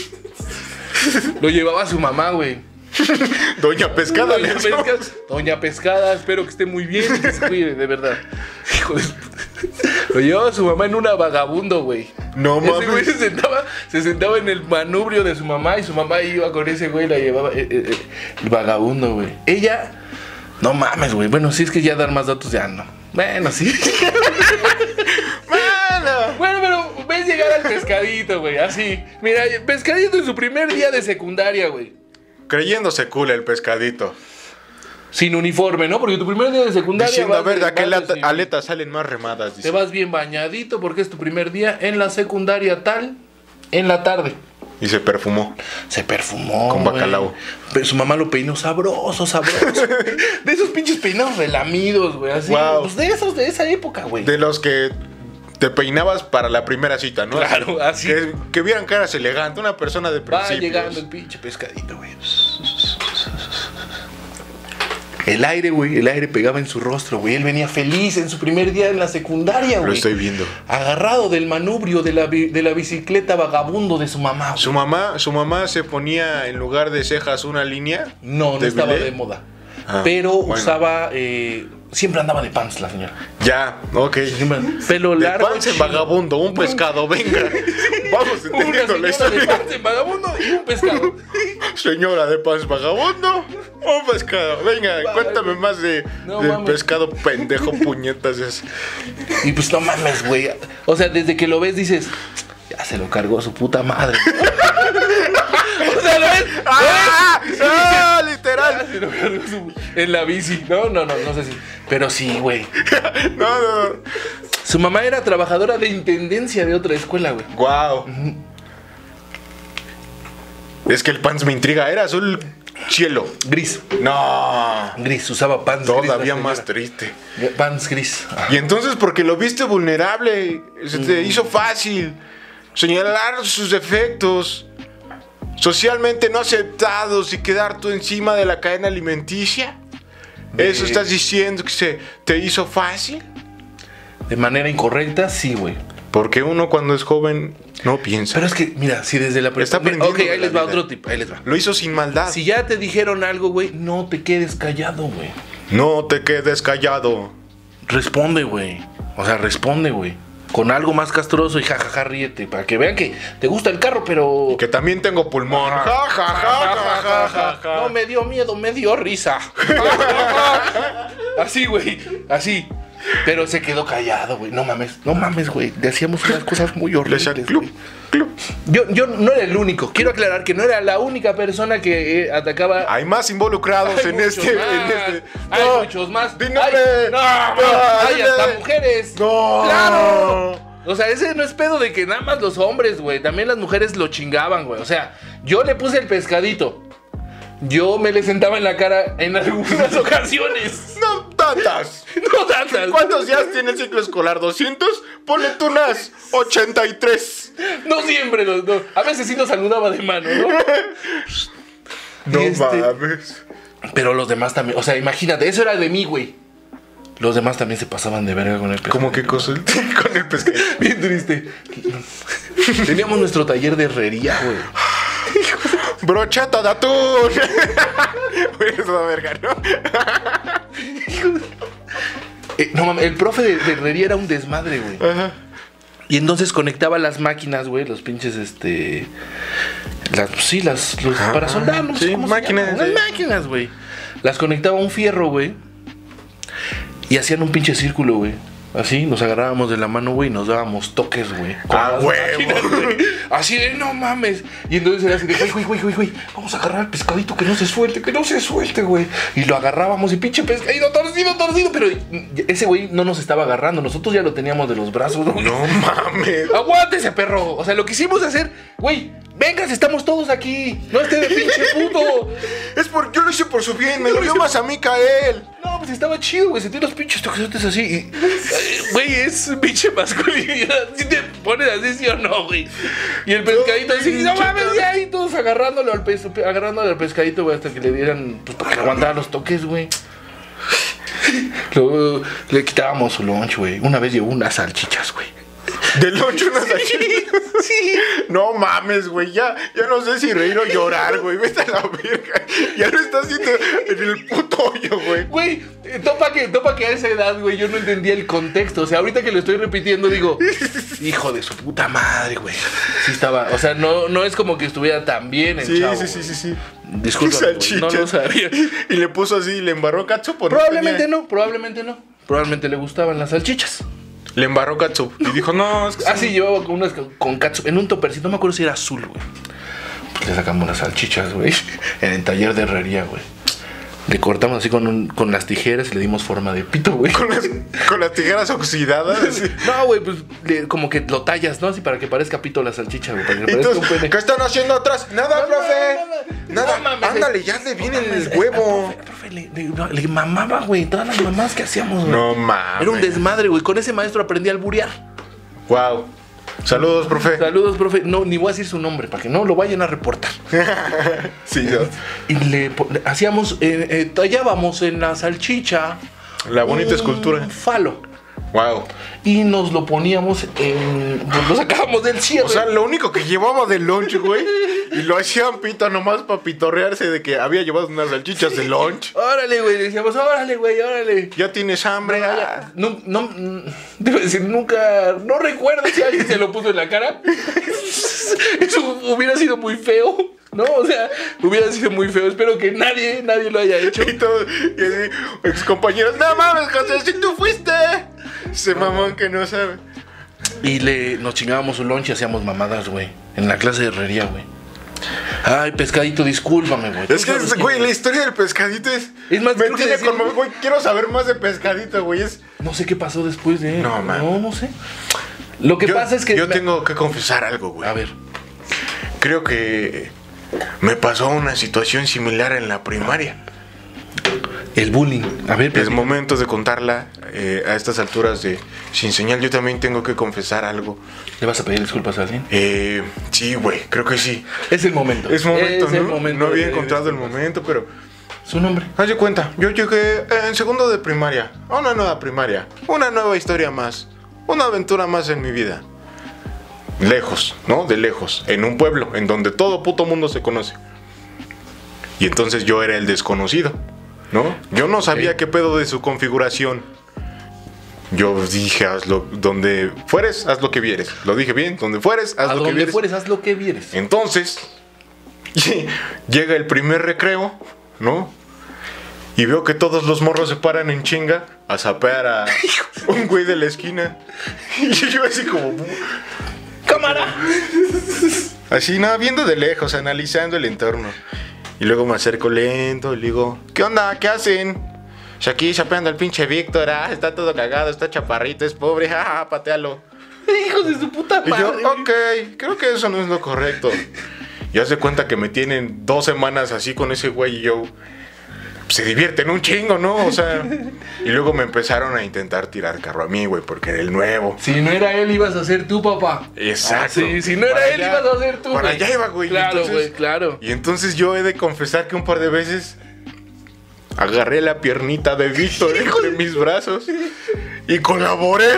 S3: Lo llevaba su mamá, güey.
S4: Doña Pescada.
S3: Doña,
S4: le decía.
S3: Pesca- Doña Pescada, espero que esté muy bien y que se cuide, de verdad. Hijo de... Lo llevaba su mamá en una vagabundo, güey.
S4: No
S3: Ese güey se
S4: mames.
S3: sentaba, se sentaba en el manubrio de su mamá y su mamá iba con ese güey y la llevaba. eh, eh, eh, el vagabundo, güey. Ella. No mames, güey. Bueno, si es que ya dar más datos ya no. Bueno, sí.
S4: Mala.
S3: Bueno, pero ves llegar al pescadito, güey, así. Mira, pescadito en su primer día de secundaria, güey.
S4: Creyéndose cool el pescadito.
S3: Sin uniforme, ¿no? Porque tu primer día de secundaria.
S4: Diciendo, a
S3: vas
S4: ver,
S3: de-
S4: ¿de qué
S3: vas
S4: lata-
S3: de-
S4: aletas salen más remadas?
S3: Te
S4: Dice.
S3: vas bien bañadito porque es tu primer día en la secundaria tal, en la tarde.
S4: Y se perfumó.
S3: Se perfumó.
S4: Con
S3: güey.
S4: bacalao.
S3: Pero su mamá lo peinó sabroso, sabroso. de esos pinches peinados relamidos, güey. Así.
S4: Wow.
S3: Pues de esos, de esa época, güey.
S4: De los que te peinabas para la primera cita, ¿no?
S3: Claro, así.
S4: Que, que vieran caras elegantes, una persona de
S3: Va
S4: principios.
S3: llegando el pinche pescadito, güey. El aire, güey, el aire pegaba en su rostro, güey. Él venía feliz en su primer día en la secundaria, güey.
S4: Lo estoy viendo.
S3: Agarrado del manubrio de la, bi- de la bicicleta vagabundo de su mamá. güey.
S4: Su mamá, su mamá se ponía en lugar de cejas una línea.
S3: No, no
S4: de
S3: estaba
S4: bilé.
S3: de moda.
S4: Ah,
S3: pero
S4: bueno.
S3: usaba. eh, siempre andaba de pants la señora.
S4: Ya, ok.
S3: Siempre- Pelo
S4: De
S3: largo.
S4: pan en
S3: chido.
S4: vagabundo, un pescado, venga. Vamos
S3: Una
S4: entendiendo la
S3: señora de
S4: historia.
S3: pants en vagabundo y un pescado.
S4: Señora de pan vagabundo, un pescado. Venga,
S3: Vale.
S4: cuéntame más de,
S3: No
S4: del
S3: mames.
S4: pescado pendejo puñetas. ese.
S3: Y pues no mames, güey. O sea, desde que lo ves dices, ya se lo cargó su puta madre. o sea, lo ves.
S4: ¡Ah! ¡Ah!
S3: Ya
S4: ¡Literal!
S3: se lo cargó su- En la bici. No, no, no, no sé si. Pero sí, güey.
S4: No, no, no.
S3: Su mamá era trabajadora de intendencia de otra escuela, güey.
S4: Wow. Es que el pants me intriga. Era azul cielo.
S3: Gris.
S4: No.
S3: Gris. Usaba pants gris. la
S4: Todavía
S3: señora.
S4: más triste.
S3: Pants gris.
S4: Y entonces porque lo viste vulnerable, se te hizo fácil señalar sus defectos socialmente no aceptados y quedar tú encima de la cadena alimenticia. ¿Eso
S3: Eh.
S4: estás diciendo que se te hizo fácil?
S3: De manera incorrecta, sí, güey.
S4: Porque uno cuando es joven no piensa.
S3: Pero es que, mira, si desde la
S4: Está
S3: Mira, Ok,
S4: aprendiendo de
S3: ahí les
S4: la
S3: va
S4: vida. Ah.
S3: otro tip. Ahí les va.
S4: Lo hizo sin maldad.
S3: Si ya te dijeron algo, güey, no te quedes callado, güey.
S4: No te quedes callado.
S3: Responde, güey. O sea, responde, güey. Con algo más castroso y jajaja, ríete. Para que vean que te gusta el carro, pero.
S4: Que también tengo pulmón. Ja, ja, ja, ja, ja, ja, ja.
S3: No me dio miedo, me dio risa. así, güey. Así. Pero se quedó callado, güey. No mames, no mames, güey. Le hacíamos unas cosas muy
S4: Le decían,
S3: horribles.
S4: club,
S3: güey.
S4: club.
S3: Yo, yo no era el único. Quiero aclarar que no era la única persona que eh, atacaba
S4: Hay más involucrados
S3: Hay
S4: en,
S3: muchos
S4: Ah, este,
S3: más.
S4: en este-
S3: Hay
S4: No,
S3: muchos más.
S4: di
S3: Hay-
S4: nombre.
S3: no,
S4: No,
S3: hay
S4: di
S3: hasta
S4: nombre.
S3: mujeres.
S4: No.
S3: Claro. O sea, ese no es pedo de que nada más los hombres, güey. También las mujeres lo chingaban, güey. O sea, yo le puse el pescadito. Yo me le sentaba en la cara en algunas ocasiones.
S4: No tantas.
S3: No tantas.
S4: ¿Cuántos días tiene el ciclo escolar? ¿200? Ponle tú unas 83.
S3: No siempre. los no. A veces sí nos saludaba de mano, ¿no?
S4: No
S3: Y este-
S4: mames.
S3: Pero los demás también. O sea, imagínate, eso era de mí, güey. Los demás también se pasaban de verga con el pescadito.
S4: ¿Cómo qué cosa? Con el pescado.
S3: Bien triste. Teníamos nuestro taller de herrería, güey.
S4: Brochata de atún. Güey, eso da verga, ¿no?
S3: Eh, no mames, el profe de, de herrería era un desmadre, güey.
S4: Ajá.
S3: Y entonces conectaba las máquinas, güey, los pinches, este. Las, sí, las. Los, para soldar, no sé
S4: sí,
S3: cómo se
S4: máquinas,
S3: llaman,
S4: sí.
S3: Las máquinas, güey. Las conectaba a un fierro, güey. Y hacían un pinche círculo, güey. Así, nos agarrábamos de la mano, güey, y nos dábamos toques, güey. con
S4: Ah,
S3: las
S4: huevo.
S3: máquinas, güey. Así de, no mames. Y entonces era así de, güey, güey, güey, güey, vamos a agarrar el pescadito que no se suelte, que no se suelte, güey. Y lo agarrábamos y pinche pescadito torcido, torcido. Pero ese güey no nos estaba agarrando, nosotros ya lo teníamos de los brazos, güey.
S4: No mames.
S3: Aguántese, perro. O sea, lo que hicimos hacer, güey, vengas, estamos todos aquí. No esté de pinche puto.
S4: Es por, yo lo hice por su bien, me dolió más a mí que a él.
S3: No, pues estaba chido, güey. Sentí los pinches toquesotes así. y- Ay, Güey, es pinche masculinidad. Si te pones así, sí o no, güey. Y el pescadito así, no mames, ya ahí todos agarrándolo al, pes- agarrándole al pescadito, güey, hasta que le dieran, pues para que le aguantara los toques, güey. Luego le quitábamos su lunch, güey. Una vez llevó unas salchichas, güey.
S4: Del 8 unas
S3: Sí, sí.
S4: No mames, güey. Ya, ya no sé si reír o llorar, güey. Vete a la verga. Ya no estás haciendo en el puto hoyo, güey.
S3: Güey, eh, topa que, topa que a esa edad, güey, yo no entendía el contexto. O sea, ahorita que lo estoy repitiendo, digo, hijo de su puta madre, güey. Sí estaba, o sea, no, no es como que estuviera tan bien el
S4: Sí,
S3: chavo.
S4: sí, sí, sí, sí.
S3: Disculpa,
S4: Qué salchicha.
S3: no lo sabía.
S4: Y le puso así, le embarró catsup. ¿o
S3: Probablemente
S4: tenía?
S3: no, probablemente no. Probablemente le gustaban las salchichas.
S4: Le embarró catsup. Y dijo, no, es que.
S3: Así llevaba con unas con catsup en un topercito, no me acuerdo si era azul, güey. Pues le sacamos unas salchichas, güey, en el taller de herrería, güey. Le cortamos así con, un- con las tijeras y le dimos forma de pito, güey.
S4: Con las, con las tijeras oxidadas. así.
S3: No, güey, pues le- como que lo tallas, ¿no? Así para que parezca pito la salchicha, güey. Para que
S4: Y
S3: parezca un
S4: entonces,
S3: pene.
S4: ¿qué están haciendo atrás? Nada,
S3: No,
S4: profe.
S3: no, no, no.
S4: Nada,
S3: No mames. eh.
S4: ándale, ya le viene
S3: No mames,
S4: el huevo.
S3: al profe, al profe le, le- no, le mamaba, güey. Todas las mamás que hacíamos, güey.
S4: No mames.
S3: Era un desmadre, güey. Con ese maestro aprendí a alburear.
S4: Wow. Saludos, profe.
S3: Saludos, profe. No, ni voy a decir su nombre para que no lo vayan a reportar.
S4: Sí, yo.
S3: Y le, po- le hacíamos, eh, eh, tallábamos en la salchicha.
S4: La bonita
S3: un
S4: escultura.
S3: Falo.
S4: Wow.
S3: Y nos lo poníamos en. pues, lo sacábamos del cielo.
S4: O sea, lo único que llevaba de lunch, güey. Y lo hacían pita nomás para pitorrearse de que había llevado unas salchichas de lunch.
S3: Órale, güey. Le decíamos, órale, güey, órale.
S4: Ya tienes hambre. ah.
S3: No, no, mm, debo decir, nunca, no recuerdo si alguien se lo puso en la cara. Eso hubiera sido muy feo, ¿no? O sea, hubiera sido muy feo. Espero que nadie, nadie lo haya hecho.
S4: Y todo. Y así, ex compañeros, no mames, José, si tú fuiste. Ese mamón que no sabe.
S3: Y le, nos chingábamos su lonche y hacíamos mamadas, güey. En la clase de herrería, güey. Ay, pescadito, discúlpame, güey.
S4: Es que, es- güey, la historia del pescadito es.
S3: Es más,
S4: me
S3: creo que
S4: tiene
S3: decían-
S4: como, güey, quiero saber más de pescadito, güey. Es,
S3: No sé qué pasó después de...
S4: No, man.
S3: No, no sé. Lo que
S4: yo,
S3: pasa es que...
S4: Yo
S3: me-
S4: tengo que confesar algo, güey.
S3: A ver.
S4: Creo que me pasó una situación similar en la primaria.
S3: El bullying. A ver,
S4: Es
S3: platica.
S4: momento de contarla eh, a estas alturas de Sin Señal. Yo también tengo que confesar algo.
S3: ¿le vas a pedir disculpas a alguien?
S4: Eh, sí, güey, creo que sí.
S3: Es el momento.
S4: Es momento,
S3: Es
S4: ¿no?
S3: el momento
S4: no había
S3: de-
S4: encontrado el momento, pero...
S3: Su nombre.
S4: Haz de cuenta, yo llegué en segundo de primaria, a una nueva primaria, una nueva historia más, una aventura más en mi vida. Lejos, ¿no? De lejos, en un pueblo, en donde todo puto mundo se conoce. Y entonces yo era el desconocido. ¿no? Yo no sabía qué pedo de su configuración. Yo dije, haz lo, donde fueres, haz lo que vieres. Lo dije bien, donde fueres, haz
S3: A
S4: lo que
S3: donde
S4: vieres.
S3: fueres, haz lo que vieres.
S4: Entonces, llega el primer recreo, ¿no? Y veo que todos los morros se paran en chinga a sapear a un güey de la esquina. Y yo así como...
S3: ¡Cámara!
S4: Así nada, viendo de lejos, analizando el entorno. Y luego me acerco lento y le digo, ¿qué onda? ¿Qué hacen? "Pues Aquí chapeando al pinche Víctor, ah, está todo cagado, está chaparrito, es pobre, jaja, patealo.
S3: ¡Hijos de su puta
S4: Y yo,
S3: madre! güey.
S4: ok, creo que eso no es lo correcto. Y hace cuenta que me tienen dos semanas así con ese güey y yo. Se divierten un chingo, ¿no? O sea. Y luego me empezaron a intentar tirar carro a mí, güey, porque era el nuevo.
S3: Si no era él, ibas a ser tú, papá.
S4: Exacto.
S3: Ah, Sí, si no era
S4: Para
S3: él,
S4: allá-
S3: ibas a ser tú.
S4: Para allá iba, güey.
S3: Claro,
S4: Entonces-
S3: güey, claro.
S4: Y entonces yo he de confesar que un par de veces agarré la piernita de Víctor entre mis brazos y colaboré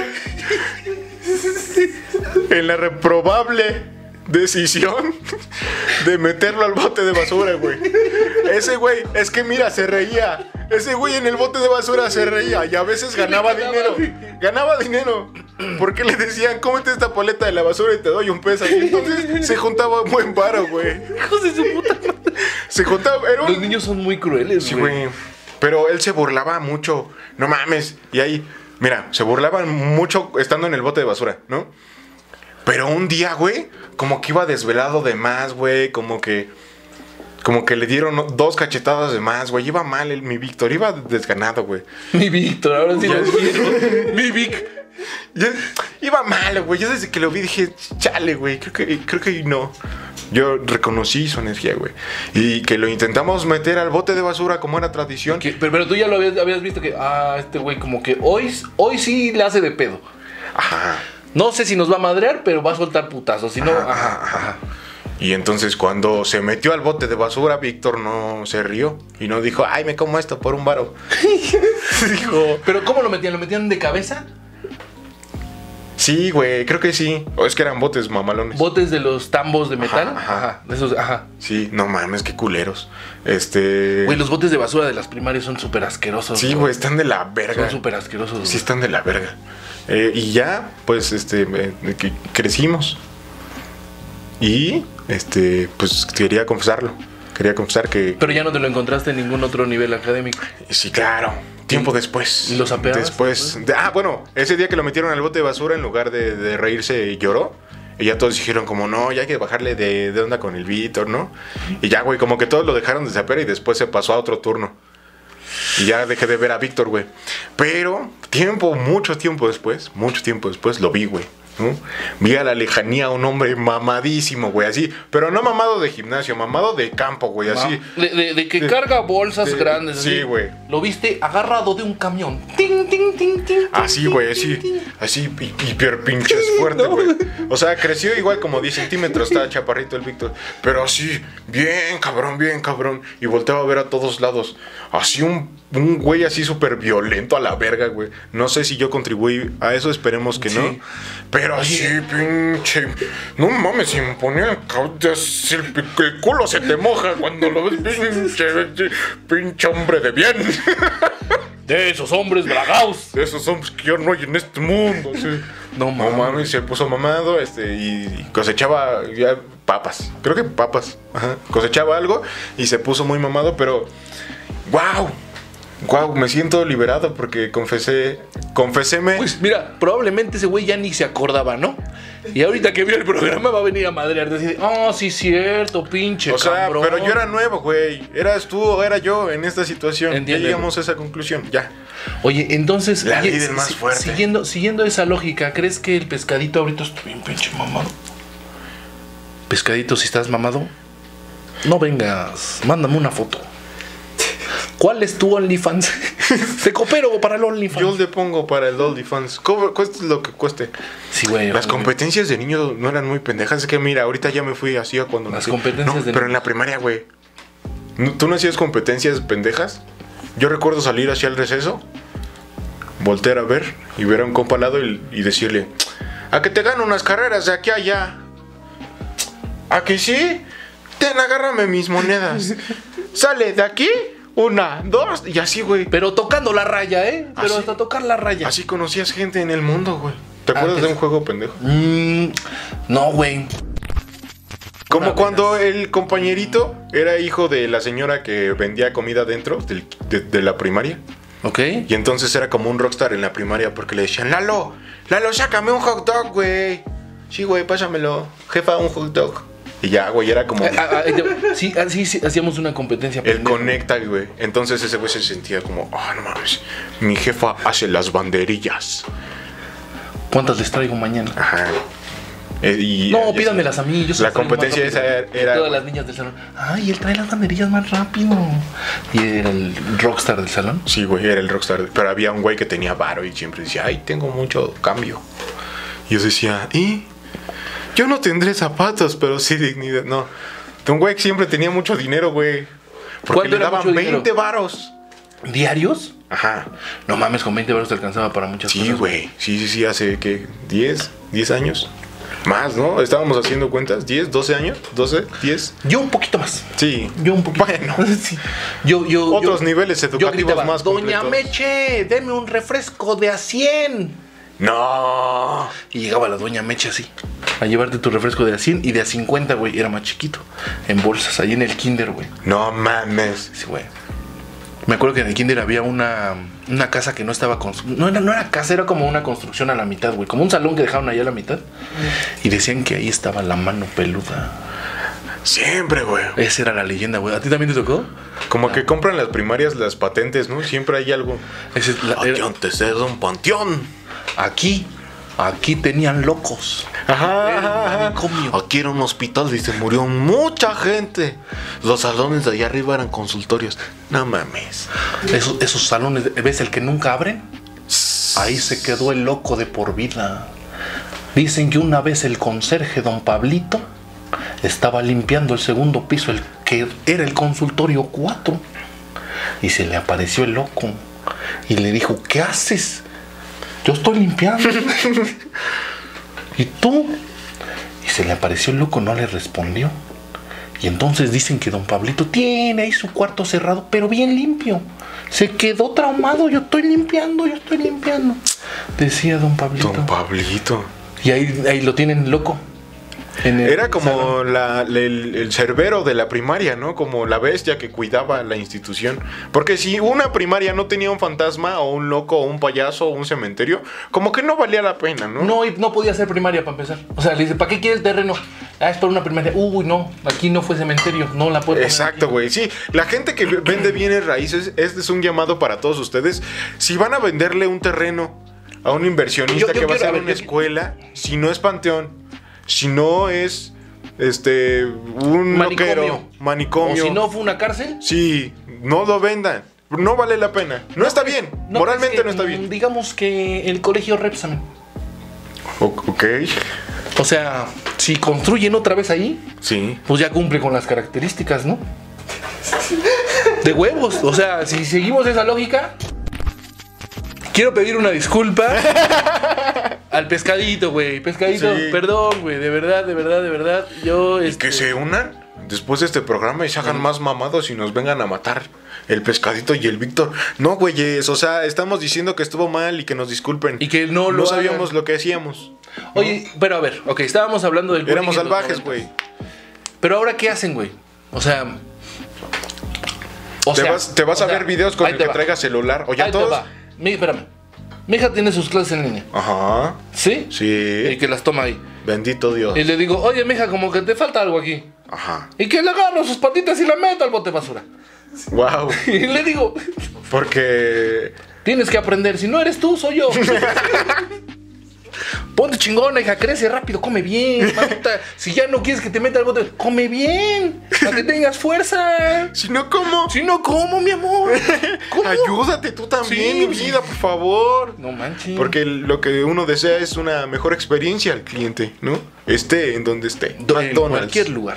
S4: en la reprobable decisión de meterlo al bote de basura, güey. Ese güey, es que mira, se reía. Ese güey en el bote de basura se reía y a veces ganaba dinero. Ganaba dinero. Porque le decían, cómete esta paleta de la basura y te doy un peso. Y entonces se juntaba un buen paro, güey.
S3: ¡Hijos de su puta madre!
S4: Se juntaba, era
S3: Los
S4: un...
S3: niños son muy crueles,
S4: Sí,
S3: güey.
S4: güey. Pero él se burlaba mucho. No mames. Y ahí, mira, se burlaban mucho estando en el bote de basura, ¿no? Pero un día, güey, como que iba desvelado de más, güey. Como que. Como que le dieron dos cachetadas de más, güey. Iba mal el, mi Víctor, iba desganado, güey.
S3: Mi Víctor, ahora sí lo entiendo. Mi Vic.
S4: Ya- Iba mal, güey. Yo desde que lo vi dije, chale, güey. Creo que, creo que no. Yo reconocí su energía, güey. Y que lo intentamos meter al bote de basura como era tradición.
S3: Que- pero, pero tú ya lo habías, habías visto que, ah, este güey como que hoy, hoy sí le hace de pedo.
S4: Ajá.
S3: No sé si nos va a madrear, pero va a soltar putazos. Si no, ajá,
S4: Y entonces cuando se metió al bote de basura, Víctor no se rió y no dijo, ay, me como esto por un varo. dijo,
S3: Pero ¿cómo lo metían? ¿Lo metían de cabeza?
S4: sí, güey, creo que sí. O es que eran botes mamalones.
S3: ¿Botes de los tambos de metal?
S4: Ajá,
S3: Ajá,
S4: ajá.
S3: de esos, ajá.
S4: sí, no mames, qué culeros. Este...
S3: Güey, los botes de basura de las primarias son súper asquerosos.
S4: sí, güey, están de la verga.
S3: Son súper asquerosos.
S4: Sí,
S3: güey.
S4: están de la verga. Eh, y ya, pues, este, eh, que- crecimos. Y, este, pues, quería confesarlo. Quería confesar que...
S3: Pero ya no te lo encontraste en ningún otro nivel académico.
S4: Sí, claro. Tiempo después.
S3: ¿Y lo sapeabas
S4: Después. de- ah, bueno, ese día que lo metieron al bote de basura, en lugar de, de reírse, lloró. Y ya todos dijeron como, no, ya hay que bajarle de, de onda con el Víctor, ¿no? Y ya, güey, como que todos lo dejaron de sapear y después se pasó a otro turno. Y ya dejé de ver a Víctor, güey. Pero tiempo, mucho tiempo después, mucho tiempo después, lo vi, güey. ¿no? Vi a la lejanía a un hombre mamadísimo, güey, así. Pero no mamado de gimnasio, mamado de campo, güey, así.
S3: De, de- de que
S4: Sí.
S3: carga bolsas
S4: Sí,
S3: grandes.
S4: sí,
S3: así.
S4: güey.
S3: Lo viste agarrado de un camión. Ting, ting, ting, ting,
S4: Así,
S3: ting,
S4: Ah, güey,
S3: ting, ting.
S4: así, así, hi- hiper pinches fuerte, güey. O sea, creció igual como 10 centímetros, estaba chaparrito el Víctor. Pero así, bien cabrón, bien cabrón. Y volteaba a ver a todos lados. Así un, un güey así súper violento a la verga, güey. No sé si yo contribuí a eso, esperemos que no.
S3: Sí.
S4: Pero así, pinche. No mames, si me ponía el, cau- así, el, pi- el culo se te moja cuando lo ves, pinche, pinche, pinche hombre de bien.
S3: De esos hombres bragaos.
S4: De esos hombres que yo no hay en este mundo. sí.
S3: No mames.
S4: mames, se puso mamado este, y cosechaba ya papas. Creo que papas. Ajá. Cosechaba algo y se puso muy mamado, pero. ¡Wow! ¡Wow! Me siento liberado porque confesé. Confeséme.
S3: Pues mira, probablemente ese güey ya ni se acordaba, ¿no? Y ahorita que vio el programa va a venir a madrear. Decir, oh, sí, cierto, pinche
S4: o sea,
S3: cabrón".
S4: pero yo era nuevo, güey. Eras tú o era yo en esta situación. Ya
S3: Entiéndelo.
S4: llegamos a esa conclusión. Ya.
S3: Oye, entonces.
S4: La
S3: oye,
S4: ley del más
S3: si-
S4: fuerte.
S3: Siguiendo, siguiendo esa lógica, ¿crees que el pescadito ahorita está bien pinche mamado? Pescadito, si estás mamado, no vengas. Mándame una foto. ¿Cuál es tu OnlyFans? Te coopero para el OnlyFans.
S4: Yo le pongo para el OnlyFans. Cobro- Cueste lo que cueste.
S3: sí, güey.
S4: Las
S3: hombre.
S4: competencias de niños no eran muy pendejas. Es que mira, ahorita ya me fui así a cuando
S3: Las
S4: nací.
S3: competencias
S4: No,
S3: de
S4: Pero en
S3: niños.
S4: la primaria, güey. ¿No- ¿Tú no hacías competencias pendejas? Yo recuerdo salir hacia el receso, voltear a ver y ver a un compa al lado y, y decirle: A que te gano unas carreras de aquí a allá. ¿A que sí? Ten, agárrame mis monedas. Sale de aquí una, dos, y así, güey.
S3: Pero tocando la raya, ¿eh? Pero
S4: Así-
S3: hasta tocar la raya.
S4: Así conocías gente en el mundo, güey. ¿Te acuerdas
S3: Antes.
S4: de un juego pendejo?
S3: Mm, no, güey.
S4: Como
S3: Una
S4: cuando el compañerito era hijo de la señora que vendía comida dentro del- de, de la primaria.
S3: Ok.
S4: Y entonces era como un rockstar en la primaria porque le decían, Lalo, Lalo, sácame un hot dog, güey. Sí, güey, pásamelo. Jefa, un hot dog. Y ya, güey, era como...
S3: Ah, ah, ah, sí, ah, sí, sí, hacíamos una competencia.
S4: El
S3: pendejo.
S4: conecta, güey. Entonces ese güey se sentía como, ah, no mames, mi jefa hace las banderillas.
S3: ¿Cuántas les traigo mañana?
S4: Ajá. Eh, y-
S3: No,
S4: ya
S3: pídanmelas a
S4: sabes.
S3: mí. Yo se
S4: La
S3: las traigo
S4: competencia
S3: más
S4: esa
S3: rápido.
S4: era- era.
S3: Todas las niñas del salón. Ay, él trae las banderillas más rápido. Y era el rockstar del salón.
S4: Sí, güey, era el rockstar. Pero había un güey que tenía varo y siempre decía, ay, tengo mucho cambio. Y yo decía, ¿y? Yo no tendré zapatos, pero sí dignidad. No. Un güey que siempre tenía mucho dinero, güey. Porque
S3: ¿Cuánto
S4: le
S3: era
S4: daban
S3: mucho dinero?
S4: 20 varos.
S3: ¿Diarios?
S4: Ajá.
S3: No mames, con 20 euros te alcanzaba para muchas
S4: Sí,
S3: cosas.
S4: güey. Sí, sí, sí, hace que 10, 10 años. Más, ¿no? Estábamos haciendo cuentas. 10, 12 años. 12, 10.
S3: Yo un poquito más.
S4: Sí.
S3: Yo un poquito.
S4: Bueno.
S3: Sí. Yo, yo,
S4: Otros
S3: yo-
S4: niveles educativos
S3: yo gritaba,
S4: más
S3: Doña
S4: completos".
S3: Meche, deme un refresco de a 100.
S4: No.
S3: Y llegaba la doña Meche así, a llevarte tu refresco de a 100 y de a 50, güey. Era más chiquito, en bolsas, ahí en el kinder, güey.
S4: No mames.
S3: Sí, güey. Me acuerdo que en el kinder había una, una casa que no estaba construida. No era, no era casa, era como una construcción a la mitad, güey. Como un salón que dejaron allá a la mitad. Y decían que ahí estaba la mano peluda.
S4: Siempre, güey.
S3: Esa era la leyenda, güey. ¿A ti también te tocó?
S4: Como que compran las primarias las patentes, ¿no? Siempre hay algo.
S3: Esa es
S4: Ah,
S3: la- era-
S4: antes era un panteón.
S3: aquí, aquí tenían locos.
S4: Ajá,
S3: Era un
S4: ajá, ajá.
S3: manicomio.
S4: Aquí era un hospital y se murió mucha gente. Los salones de allá arriba eran consultorios. No mames.
S3: Esos, esos salones, ¿ves el que nunca abren? Ahí se quedó el loco de por vida. Dicen que una vez el conserje don Pablito estaba limpiando el segundo piso, el que era el consultorio 4, y se le apareció el loco y le dijo, ¿qué haces? Yo estoy limpiando. ¿Y tú? Y se le apareció el loco, no le respondió. Y entonces dicen que don Pablito tiene ahí su cuarto cerrado, pero bien limpio. Se quedó traumado, yo estoy limpiando, yo estoy limpiando. Decía don Pablito.
S4: Don Pablito.
S3: y ahí, ahí lo tienen loco. En el
S4: Era
S3: salón.
S4: como la- el, el cerbero de la primaria, ¿no? Como la bestia que cuidaba la institución. Porque si una primaria no tenía un fantasma o un loco o un payaso o un cementerio, como que no valía la pena, ¿no?
S3: No, y no podía ser primaria para empezar. O sea, le dice, ¿para qué quiere el terreno? Ah, es para una primaria. Uy, no, aquí no fue cementerio, no la puedo. poner
S4: Exacto,
S3: aquí.
S4: güey. Sí, la gente que vende bienes raíces, este es un llamado para todos ustedes. Si van a venderle un terreno a un
S3: Yo- yo
S4: inversionista que va a
S3: quiero- a
S4: hacer
S3: ver,
S4: una
S3: yo-
S4: escuela, si no es panteón, si no es este un
S3: Manicomio.
S4: loquero,
S3: O
S4: manicomio.
S3: si no fue una cárcel.
S4: Sí, no lo vendan. No vale la pena. No está bien.
S3: no,
S4: Moralmente
S3: es que,
S4: no está
S3: mm,
S4: bien.
S3: Digamos que el colegio Repsamen.
S4: O- ok.
S3: O sea, si construyen otra vez ahí,
S4: Sí.
S3: pues ya cumple con las características, ¿no? De huevos. O sea, si seguimos esa lógica. Quiero pedir una disculpa al pescadito, güey. Pescadito,
S4: Sí.
S3: perdón, güey. De verdad, de verdad, de verdad. Yo. este,
S4: Que se unan después de este programa y se hagan más mamados y nos vengan a matar. El pescadito y el Víctor. No, güeyes. O sea, estamos diciendo que estuvo mal y que nos disculpen.
S3: Y que no lo
S4: No sabíamos
S3: hagan.
S4: lo que hacíamos.
S3: Oye, pero a ver, ok, estábamos hablando del. bullying
S4: Éramos
S3: en los
S4: salvajes,
S3: noventas.
S4: güey.
S3: Pero ahora, ¿qué hacen, güey? O sea. O
S4: Te vas, te vas
S3: o
S4: a
S3: sea,
S4: ver videos con
S3: ahí
S4: el
S3: te
S4: que
S3: va,
S4: traigas celular. O ya
S3: Ahí te
S4: todos.
S3: va. Mi, espérame. Mi hija tiene sus clases en línea.
S4: Ajá.
S3: ¿Sí? Y
S4: Sí.
S3: que las toma ahí.
S4: Bendito Dios.
S3: Y le digo, oye, mija, como que te falta algo aquí.
S4: Ajá.
S3: Y que le agarro sus patitas y la meto al bote de basura.
S4: Wow.
S3: Y le digo,
S4: Porque
S3: tienes que aprender. Si no eres tú, soy yo. Ponte chingona, hija, crece rápido, come bien. mamita. Si ya no quieres que te meta al bote, come bien. Para que tengas fuerza.
S4: si no, ¿cómo?
S3: Si no, ¿cómo, mi amor? ¿Cómo?
S4: Ayúdate tú también,
S3: Sí,
S4: mi
S3: sí.
S4: vida, por favor.
S3: No manches.
S4: Porque lo que uno desea es una mejor experiencia al cliente, ¿no? Esté en donde esté.
S3: Do- en
S4: McDonald's.
S3: cualquier lugar.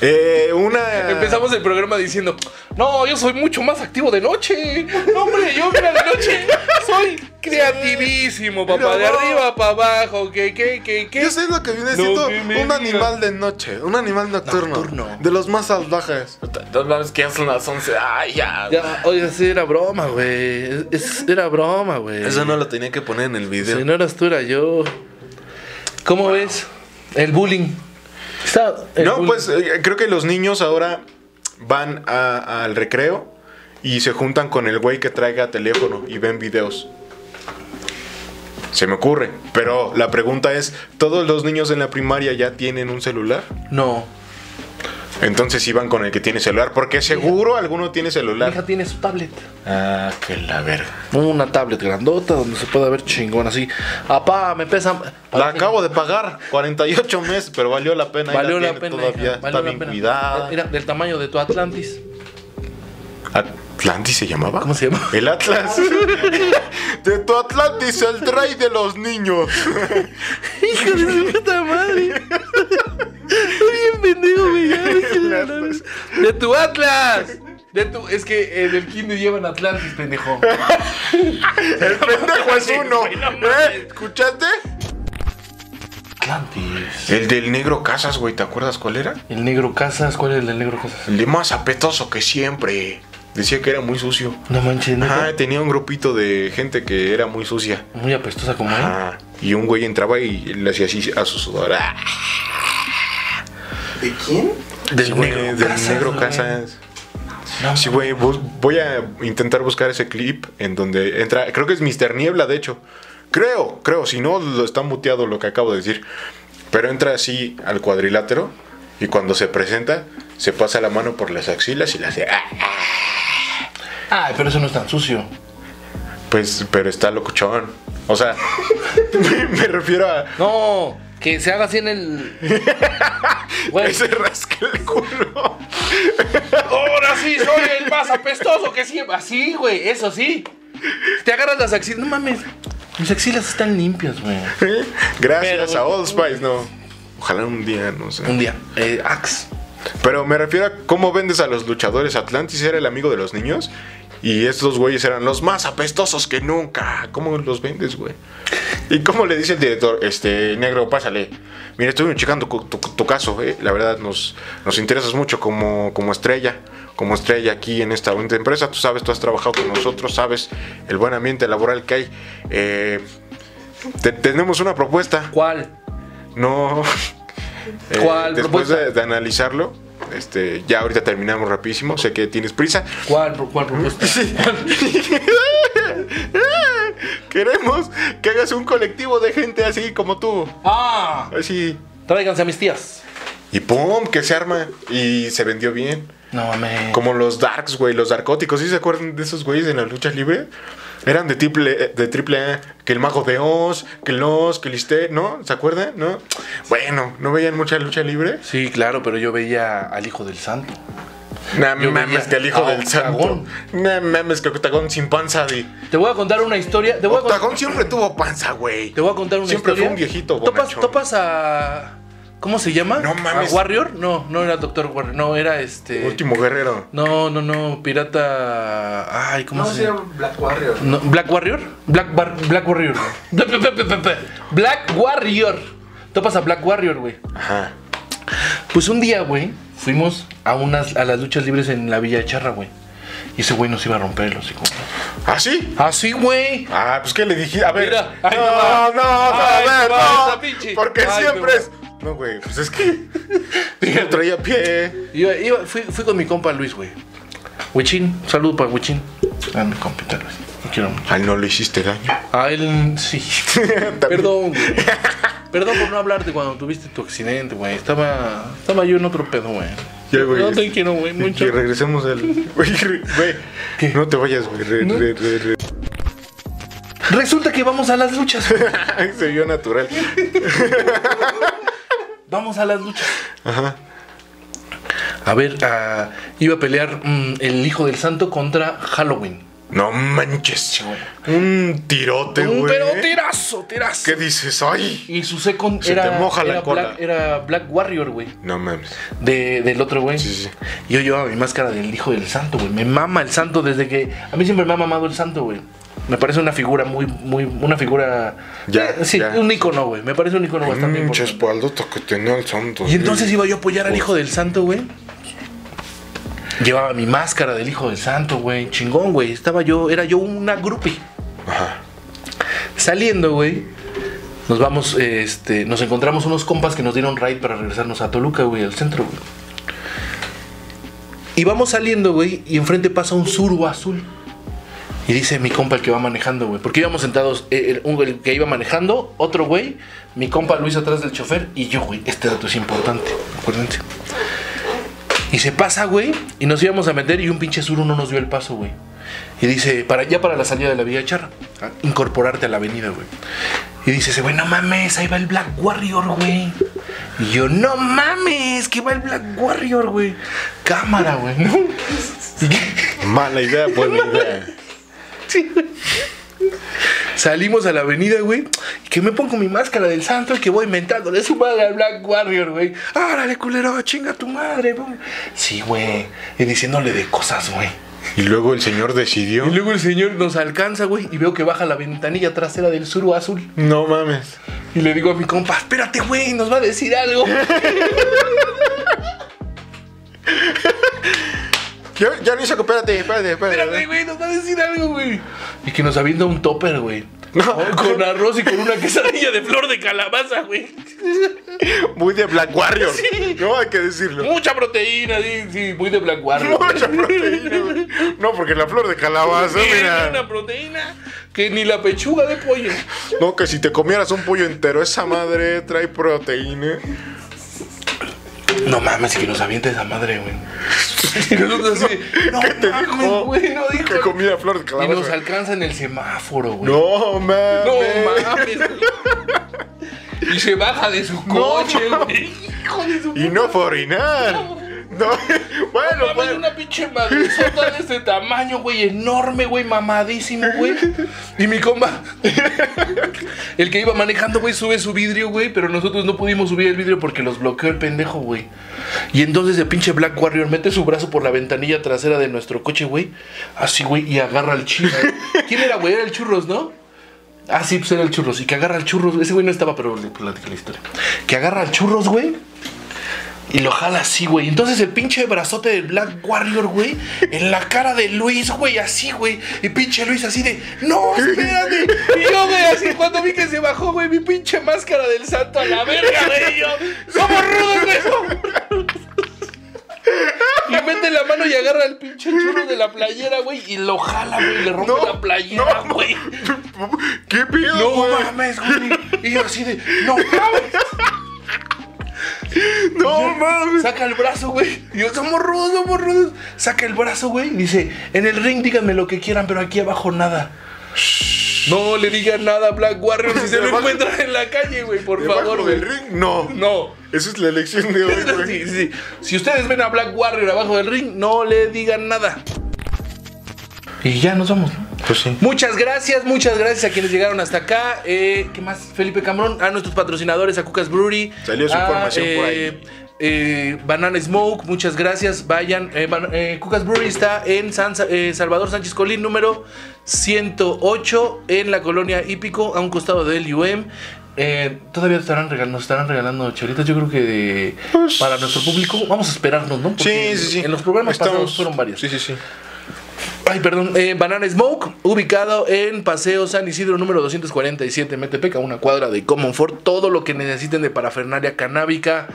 S4: Eh, una.
S3: Empezamos el programa diciendo, no, yo soy mucho más activo de noche. No, hombre, yo mira, de noche soy creativísimo, papá. De
S4: No.
S3: arriba para abajo, que, que, que, que.
S4: Yo sé lo que viene siendo
S3: que me
S4: un
S3: digas.
S4: animal de noche, un animal nocturno,
S3: Nocturno.
S4: De los más salvajes.
S7: No mames, que ya son las 11. Ay, ya.
S3: Ya, oye, sí, era broma, güey. Es- era broma, güey.
S4: Eso no lo tenía que poner en el video.
S3: Si no eras tú, era yo. ¿Cómo ves? El bullying. Está el
S4: No,
S3: bullying.
S4: pues eh, creo que los niños ahora van a- al recreo y se juntan con el güey que traiga teléfono y ven videos. Se me ocurre. Pero la pregunta es, ¿todos los niños en la primaria ya tienen un celular?
S3: No.
S4: Entonces iban con el que tiene celular, porque seguro alguno tiene
S3: Mi
S4: celular.
S3: hija tiene su tablet.
S4: Ah, que la verga.
S3: Una tablet grandota donde se pueda ver chingón así. Apá, me pesa.
S4: La acabo de pagar, 48 meses, pero valió la pena. ahí
S3: Valió
S4: la
S3: la
S4: tiene
S3: pena.
S4: Todavía
S3: hija,
S4: está
S3: valió la
S4: bien
S3: pena.
S4: cuidada.
S3: Era del tamaño de tu Atlantis.
S4: ¿Atlantis se llamaba?
S3: ¿Cómo se llama?
S4: El Atlas. de tu Atlantis, el rey de los niños.
S3: Hijo de su puta madre. Estoy bien pendejo, güey. Ya, me quiero
S4: El
S3: ganar. De tu Atlas. De tu, es que en el kinder llevan Atlantis, pendejo.
S4: El pendejo es uno. ¿Eh? ¿Escuchaste?
S3: Atlantis.
S4: El del negro Casas, güey, ¿te acuerdas cuál era?
S3: El negro Casas, ¿cuál es el del negro Casas?
S4: El de más apetoso que siempre. Decía que era muy sucio.
S3: No manches, neta.
S4: Ajá, tenía un grupito de gente que era muy sucia.
S3: Muy apestosa como él.
S4: Ajá. Ah, Y un güey entraba y le hacía así a su sudor. Ah.
S7: ¿De quién?
S4: Del
S3: Sí, güey,
S4: negro,
S3: del
S4: del
S3: Casas,
S4: negro
S3: güey.
S4: Casas.
S3: No,
S4: Sí, güey, bus- voy a intentar buscar ese clip en donde entra, creo que es Mr. Niebla, de hecho. Creo, creo, si no, lo está muteado lo que acabo de decir. Pero entra así al cuadrilátero y cuando se presenta, se pasa la mano por las axilas y le hace... "Ah".
S3: Ay, pero eso no es tan sucio.
S4: Pues, pero está locuchón. O sea, me, me refiero a...
S3: No, que se haga así en el. Güey.
S4: Ese rasca el culo.
S3: Ahora sí, soy el más apestoso que siempre. Así, güey, eso sí. Te agarras las axilas. No mames. Mis axilas están limpias, güey.
S4: Gracias
S3: Pero-
S4: a Old Spice, no. Ojalá un día, no sé.
S3: Un día. Eh, Ax.
S4: Pero me refiero a cómo vendes a los luchadores. Atlantis era el amigo de los niños. Y estos güeyes eran los más apestosos que nunca. ¿Cómo los vendes, güey? ¿Y cómo le dice el director? Este, negro, pásale. Mira, estuvimos checando cu- tu, tu caso, eh. La verdad, nos, nos interesas mucho como, como estrella. Como estrella aquí en esta bonita empresa. Tú sabes, tú has trabajado con nosotros, sabes el buen ambiente laboral que hay. Eh, te- tenemos una propuesta.
S3: ¿Cuál?
S4: No. Eh,
S3: ¿Cuál
S4: después
S3: propuesta?
S4: de, de analizarlo, este, ya ahorita terminamos rapidísimo. Sé que tienes prisa.
S3: ¿Cuál? ¿Por cuál propuesta?
S4: Queremos que hagas un colectivo de gente así como tú.
S3: ¡Ah!
S4: Así.
S3: Tráiganse a mis tías.
S4: Y pum, que se arma. Y se vendió bien.
S3: No mames.
S4: Como los darks, güey, los narcóticos. ¿Sí se acuerdan de esos güeyes en la lucha libre? Eran de triple, eh, de triple A, que el mago de Oz, que el Oz, que el Iste, ¿no? ¿Se acuerdan? ¿No? Bueno, ¿no veían mucha lucha libre?
S3: Sí, claro, pero yo veía al hijo del santo.
S4: No
S3: Yo
S4: mames
S3: veía
S4: que el hijo
S3: a
S4: del santo.
S3: Octagón.
S4: No mames que Octagón sin panza, di.
S3: Te voy a contar una historia. Te voy a, contar
S4: Octagón siempre tuvo panza, güey.
S3: te voy a contar una
S4: Siempre
S3: historia.
S4: fue un viejito
S3: ¿Topas,
S4: bonachón.
S3: topas a. ¿Cómo se llama?
S4: No mames.
S3: ¿A Warrior? No, no era Doctor Warrior. No, era este.
S4: Último guerrero.
S3: No, no, no. Pirata. Ay, ¿cómo
S7: No,
S3: se
S7: sí, era
S3: llama?
S7: Black Warrior.
S3: No, ¿Black Warrior? Black, Bar- Black Warrior. Bla- bla- bla- bla- bla- bla. Black Warrior. Topas a Black Warrior, güey.
S4: Ajá.
S3: Pues un día, güey, fuimos a unas a las luchas libres en la Villa de Charra, güey. Y ese güey nos iba a romper los hijos.
S4: ¿Ah, sí?
S3: Así, güey.
S4: Ah, pues ¿qué le dije? A ver.
S3: Mira,
S4: no,
S3: ahí te va.
S4: no, no, a
S3: Ahí te
S4: ver,
S3: va
S4: no.
S3: esa pinche.
S4: Porque
S3: Ahí te
S4: siempre
S3: va.
S4: es. No, güey, pues es que. Yo traía pie.
S3: Iba- iba- fui, fui con mi compa Luis, güey. Huichín, saludo para Huichín. A mi compita Luis. Lo quiero mucho.
S4: Ay, no le hiciste daño.
S3: A Ah, él, sí.
S4: También.
S3: Perdón, güey. Perdón por no hablarte cuando tuviste tu accidente, güey. Estaba, estaba yo en otro pedo, güey.
S4: Ya, güey.
S3: No te quiero, güey, mucho.
S4: Y regresemos al. Güey, re- güey. No te vayas, güey. Re- re- re- re-
S3: Resulta que vamos a las luchas. güey.
S4: Se vio natural.
S3: Vamos a las luchas. Ajá. A ver, ah, iba a pelear mm, el hijo del santo contra Halloween.
S4: No manches. Un tirote, güey.
S3: Un pero tirazo, tirazo.
S4: ¿Qué dices? ¡Ay!
S3: Y su second
S4: Se
S3: era,
S4: te moja la
S3: era
S4: cola.
S3: Black, era Black Warrior, güey.
S4: No mames.
S3: de- del otro güey.
S4: Sí, sí.
S3: Yo llevaba mi máscara del hijo del santo, güey. Me mama el santo desde que. A mí siempre me ha mamado el santo, güey. Me parece una figura muy, muy. Una figura.
S4: Ya,
S3: Eh, sí,
S4: ya.
S3: un icono, güey. Me parece un icono bastante
S4: Pinche
S3: importante.
S4: espaldoto que tenía el santo.
S3: Y entonces
S4: güey.
S3: iba yo a apoyar al hijo del santo, güey. Llevaba mi máscara del hijo del santo, güey. Chingón, güey. Estaba yo. Era yo una grupi.
S4: Ajá.
S3: Saliendo, güey. Nos vamos, eh, este, nos encontramos unos compas que nos dieron ride para regresarnos a Toluca, güey, al centro, güey. Y vamos saliendo, güey, y enfrente pasa un suru azul. Y dice mi compa el que va manejando, güey. Porque íbamos sentados, eh, el, un- el que iba manejando, otro güey, mi compa Luis atrás del chofer y yo, güey. Este dato es importante, acuérdense. Y se pasa, güey, y nos íbamos a meter y un pinche suru no nos dio el paso, güey. Y dice, para, ya para la salida de la Villa Charra, a incorporarte a la avenida, güey. Y dice ese güey, no mames, ahí va el Black Warrior, güey. Y yo, no mames, que va el Black Warrior, güey. Cámara, güey, ¿no?
S4: Mala idea, buena idea.
S3: Salimos a la avenida, güey. y Que me pongo mi máscara del santo y que voy mentándole su madre al Black Warrior, güey. Árale, culero, chinga tu madre, güey. Sí, güey. Y diciéndole de cosas, güey.
S4: Y luego el señor decidió.
S3: Y luego el señor nos alcanza, güey, y veo que baja la ventanilla trasera del suru azul.
S4: No mames.
S3: Y le digo a mi compa, espérate, güey, nos va a decir algo.
S4: Ya, ya lo hizo, que- espérate, espérate,
S3: Espérate,
S4: espérate.
S3: güey, nos va a decir algo, güey. Y que nos avienta un topper, güey.
S4: No.
S3: Con arroz y con una quesadilla de flor de calabaza, güey.
S4: Muy de Black Warrior. No hay que decirlo.
S3: Mucha proteína, sí, sí, muy de Black Warrior.
S4: Mucha proteína, güey. No, porque la flor de calabaza,
S3: Sí,
S4: mira.
S3: una proteína que ni la pechuga de pollo.
S4: No, que si te comieras un pollo entero, esa madre trae proteína.
S3: No mames, que nos avienta esa madre, güey. Y nosotros así, no
S4: ¿Qué te
S3: mames,
S4: dijo?
S3: güey, no dijo.
S4: Que comía flor de
S3: Y nos
S4: calabaza.
S3: alcanza en el semáforo, güey.
S4: No mames.
S3: No mames, güey. Y se baja de su coche, güey. Hijo de su
S4: Y no fue a orinar. No. Bueno,
S3: Mames,
S4: pues.
S3: una pinche madrizota de este tamaño, güey, enorme, güey, mamadísimo, güey. Y mi comba, el que iba manejando, güey, sube su vidrio, güey, pero nosotros no pudimos subir el vidrio porque los bloqueó el pendejo, güey. Y entonces el pinche Black Warrior mete su brazo por la ventanilla trasera de nuestro coche, güey, así, güey, y agarra al churro. ¿Quién era, güey? Era el churros, ¿no? Ah, sí, pues era el churros. Y que agarra al churros. Ese güey no estaba, pero le platicé la historia. Que agarra al churros, güey. Y lo jala así, güey. Entonces el pinche brazote del Black Warrior, güey, en la cara de Luis, güey, así, güey. Y pinche Luis así de, no, espérate. Y yo, güey, así cuando vi que se bajó, güey, mi pinche máscara del santo a la verga, güey. Y yo, somos rudos, güey. somos rudos". Y mete la mano y agarra el pinche churro de la playera, güey, y lo jala, güey, le rompe
S4: No,
S3: la playera,
S4: no.
S3: güey.
S4: ¿Qué pues? pedo,
S3: No
S4: güey?
S3: mames, güey. Y yo así de, no mames.
S4: No mames.
S3: Saca el brazo, güey. Y yo, somos rudos, somos rudos. Saca el brazo, güey. Y dice, en el ring díganme lo que quieran, pero aquí abajo nada. No le digan nada a Black Warrior si se lo
S4: Debajo-
S3: encuentran en la calle, güey. Por
S4: ¿Debajo
S3: favor,
S4: del
S3: güey.
S4: ring? No.
S3: No.
S4: Esa es la elección de hoy, güey.
S3: Sí, sí. Si ustedes ven a Black Warrior abajo del ring, no le digan nada. Y ya nos vamos, ¿no?
S4: Pues sí.
S3: Muchas gracias, muchas gracias a quienes llegaron hasta acá. Eh, ¿Qué más? Felipe Cambrón, a nuestros patrocinadores, a Cucas Brewery.
S4: Salió su
S3: a,
S4: información por ahí.
S3: eh, Banana Smoke, muchas gracias. Vayan, eh, Ban- eh, Cucas Brewery está en San Sa- eh, Salvador Sánchez Colín, número 108, en la colonia Hípico, a un costado del UM. Eh, todavía estarán regal- nos estarán regalando chelitas, yo creo que de-
S4: Pues-
S3: para nuestro público. Vamos a esperarnos, ¿no? Porque
S4: Sí, sí, sí.
S3: En los programas
S4: Estamos-
S3: pasados fueron varios.
S4: Sí, sí, sí.
S3: Ay, perdón, eh, Banana Smoke, ubicado en Paseo San Isidro número 247, Metepec, a una cuadra de Common Fort. Todo lo que necesiten de parafernalia canábica,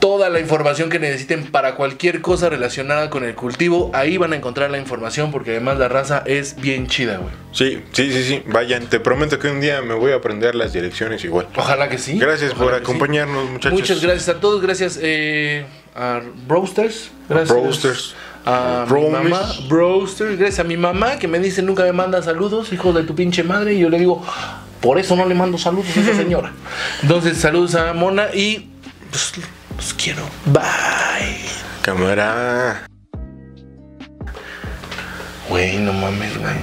S3: toda la información que necesiten para cualquier cosa relacionada con el cultivo, ahí van a encontrar la información porque además la raza es bien chida, güey.
S4: Sí, sí, sí, sí. Vayan, te prometo que un día me voy a aprender las direcciones igual.
S3: Ojalá que sí.
S4: Gracias
S3: Ojalá
S4: por
S3: que sí.
S4: acompañarnos, muchachos.
S3: Muchas gracias a todos, gracias eh, a Broasters, gracias
S4: Broasters.
S3: a mi
S4: Bromis.
S3: mamá, Broasters, gracias a mi mamá que me dice nunca me manda saludos, hijo de tu pinche madre, y yo le digo, por eso no le mando saludos a esa señora. Entonces, saludos a Mona y pues, los quiero. Bye.
S4: Cámara.
S3: Güey, no mames, güey.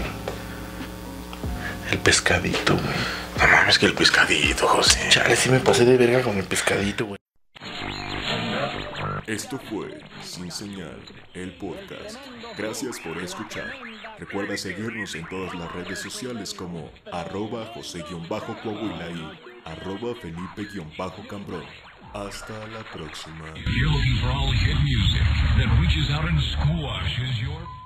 S3: El pescadito, güey.
S2: No mames que el pescadito, José.
S3: Chale, sí me pasé de verga con el pescadito, güey.
S8: Esto fue Sin Señal, el podcast. Gracias por escuchar. Recuerda seguirnos en todas las redes sociales como arroba José-Coahuila y arroba Felipe-Cambrón. Hasta la próxima.
S1: If you're looking for all hit music that reaches out and squashes your...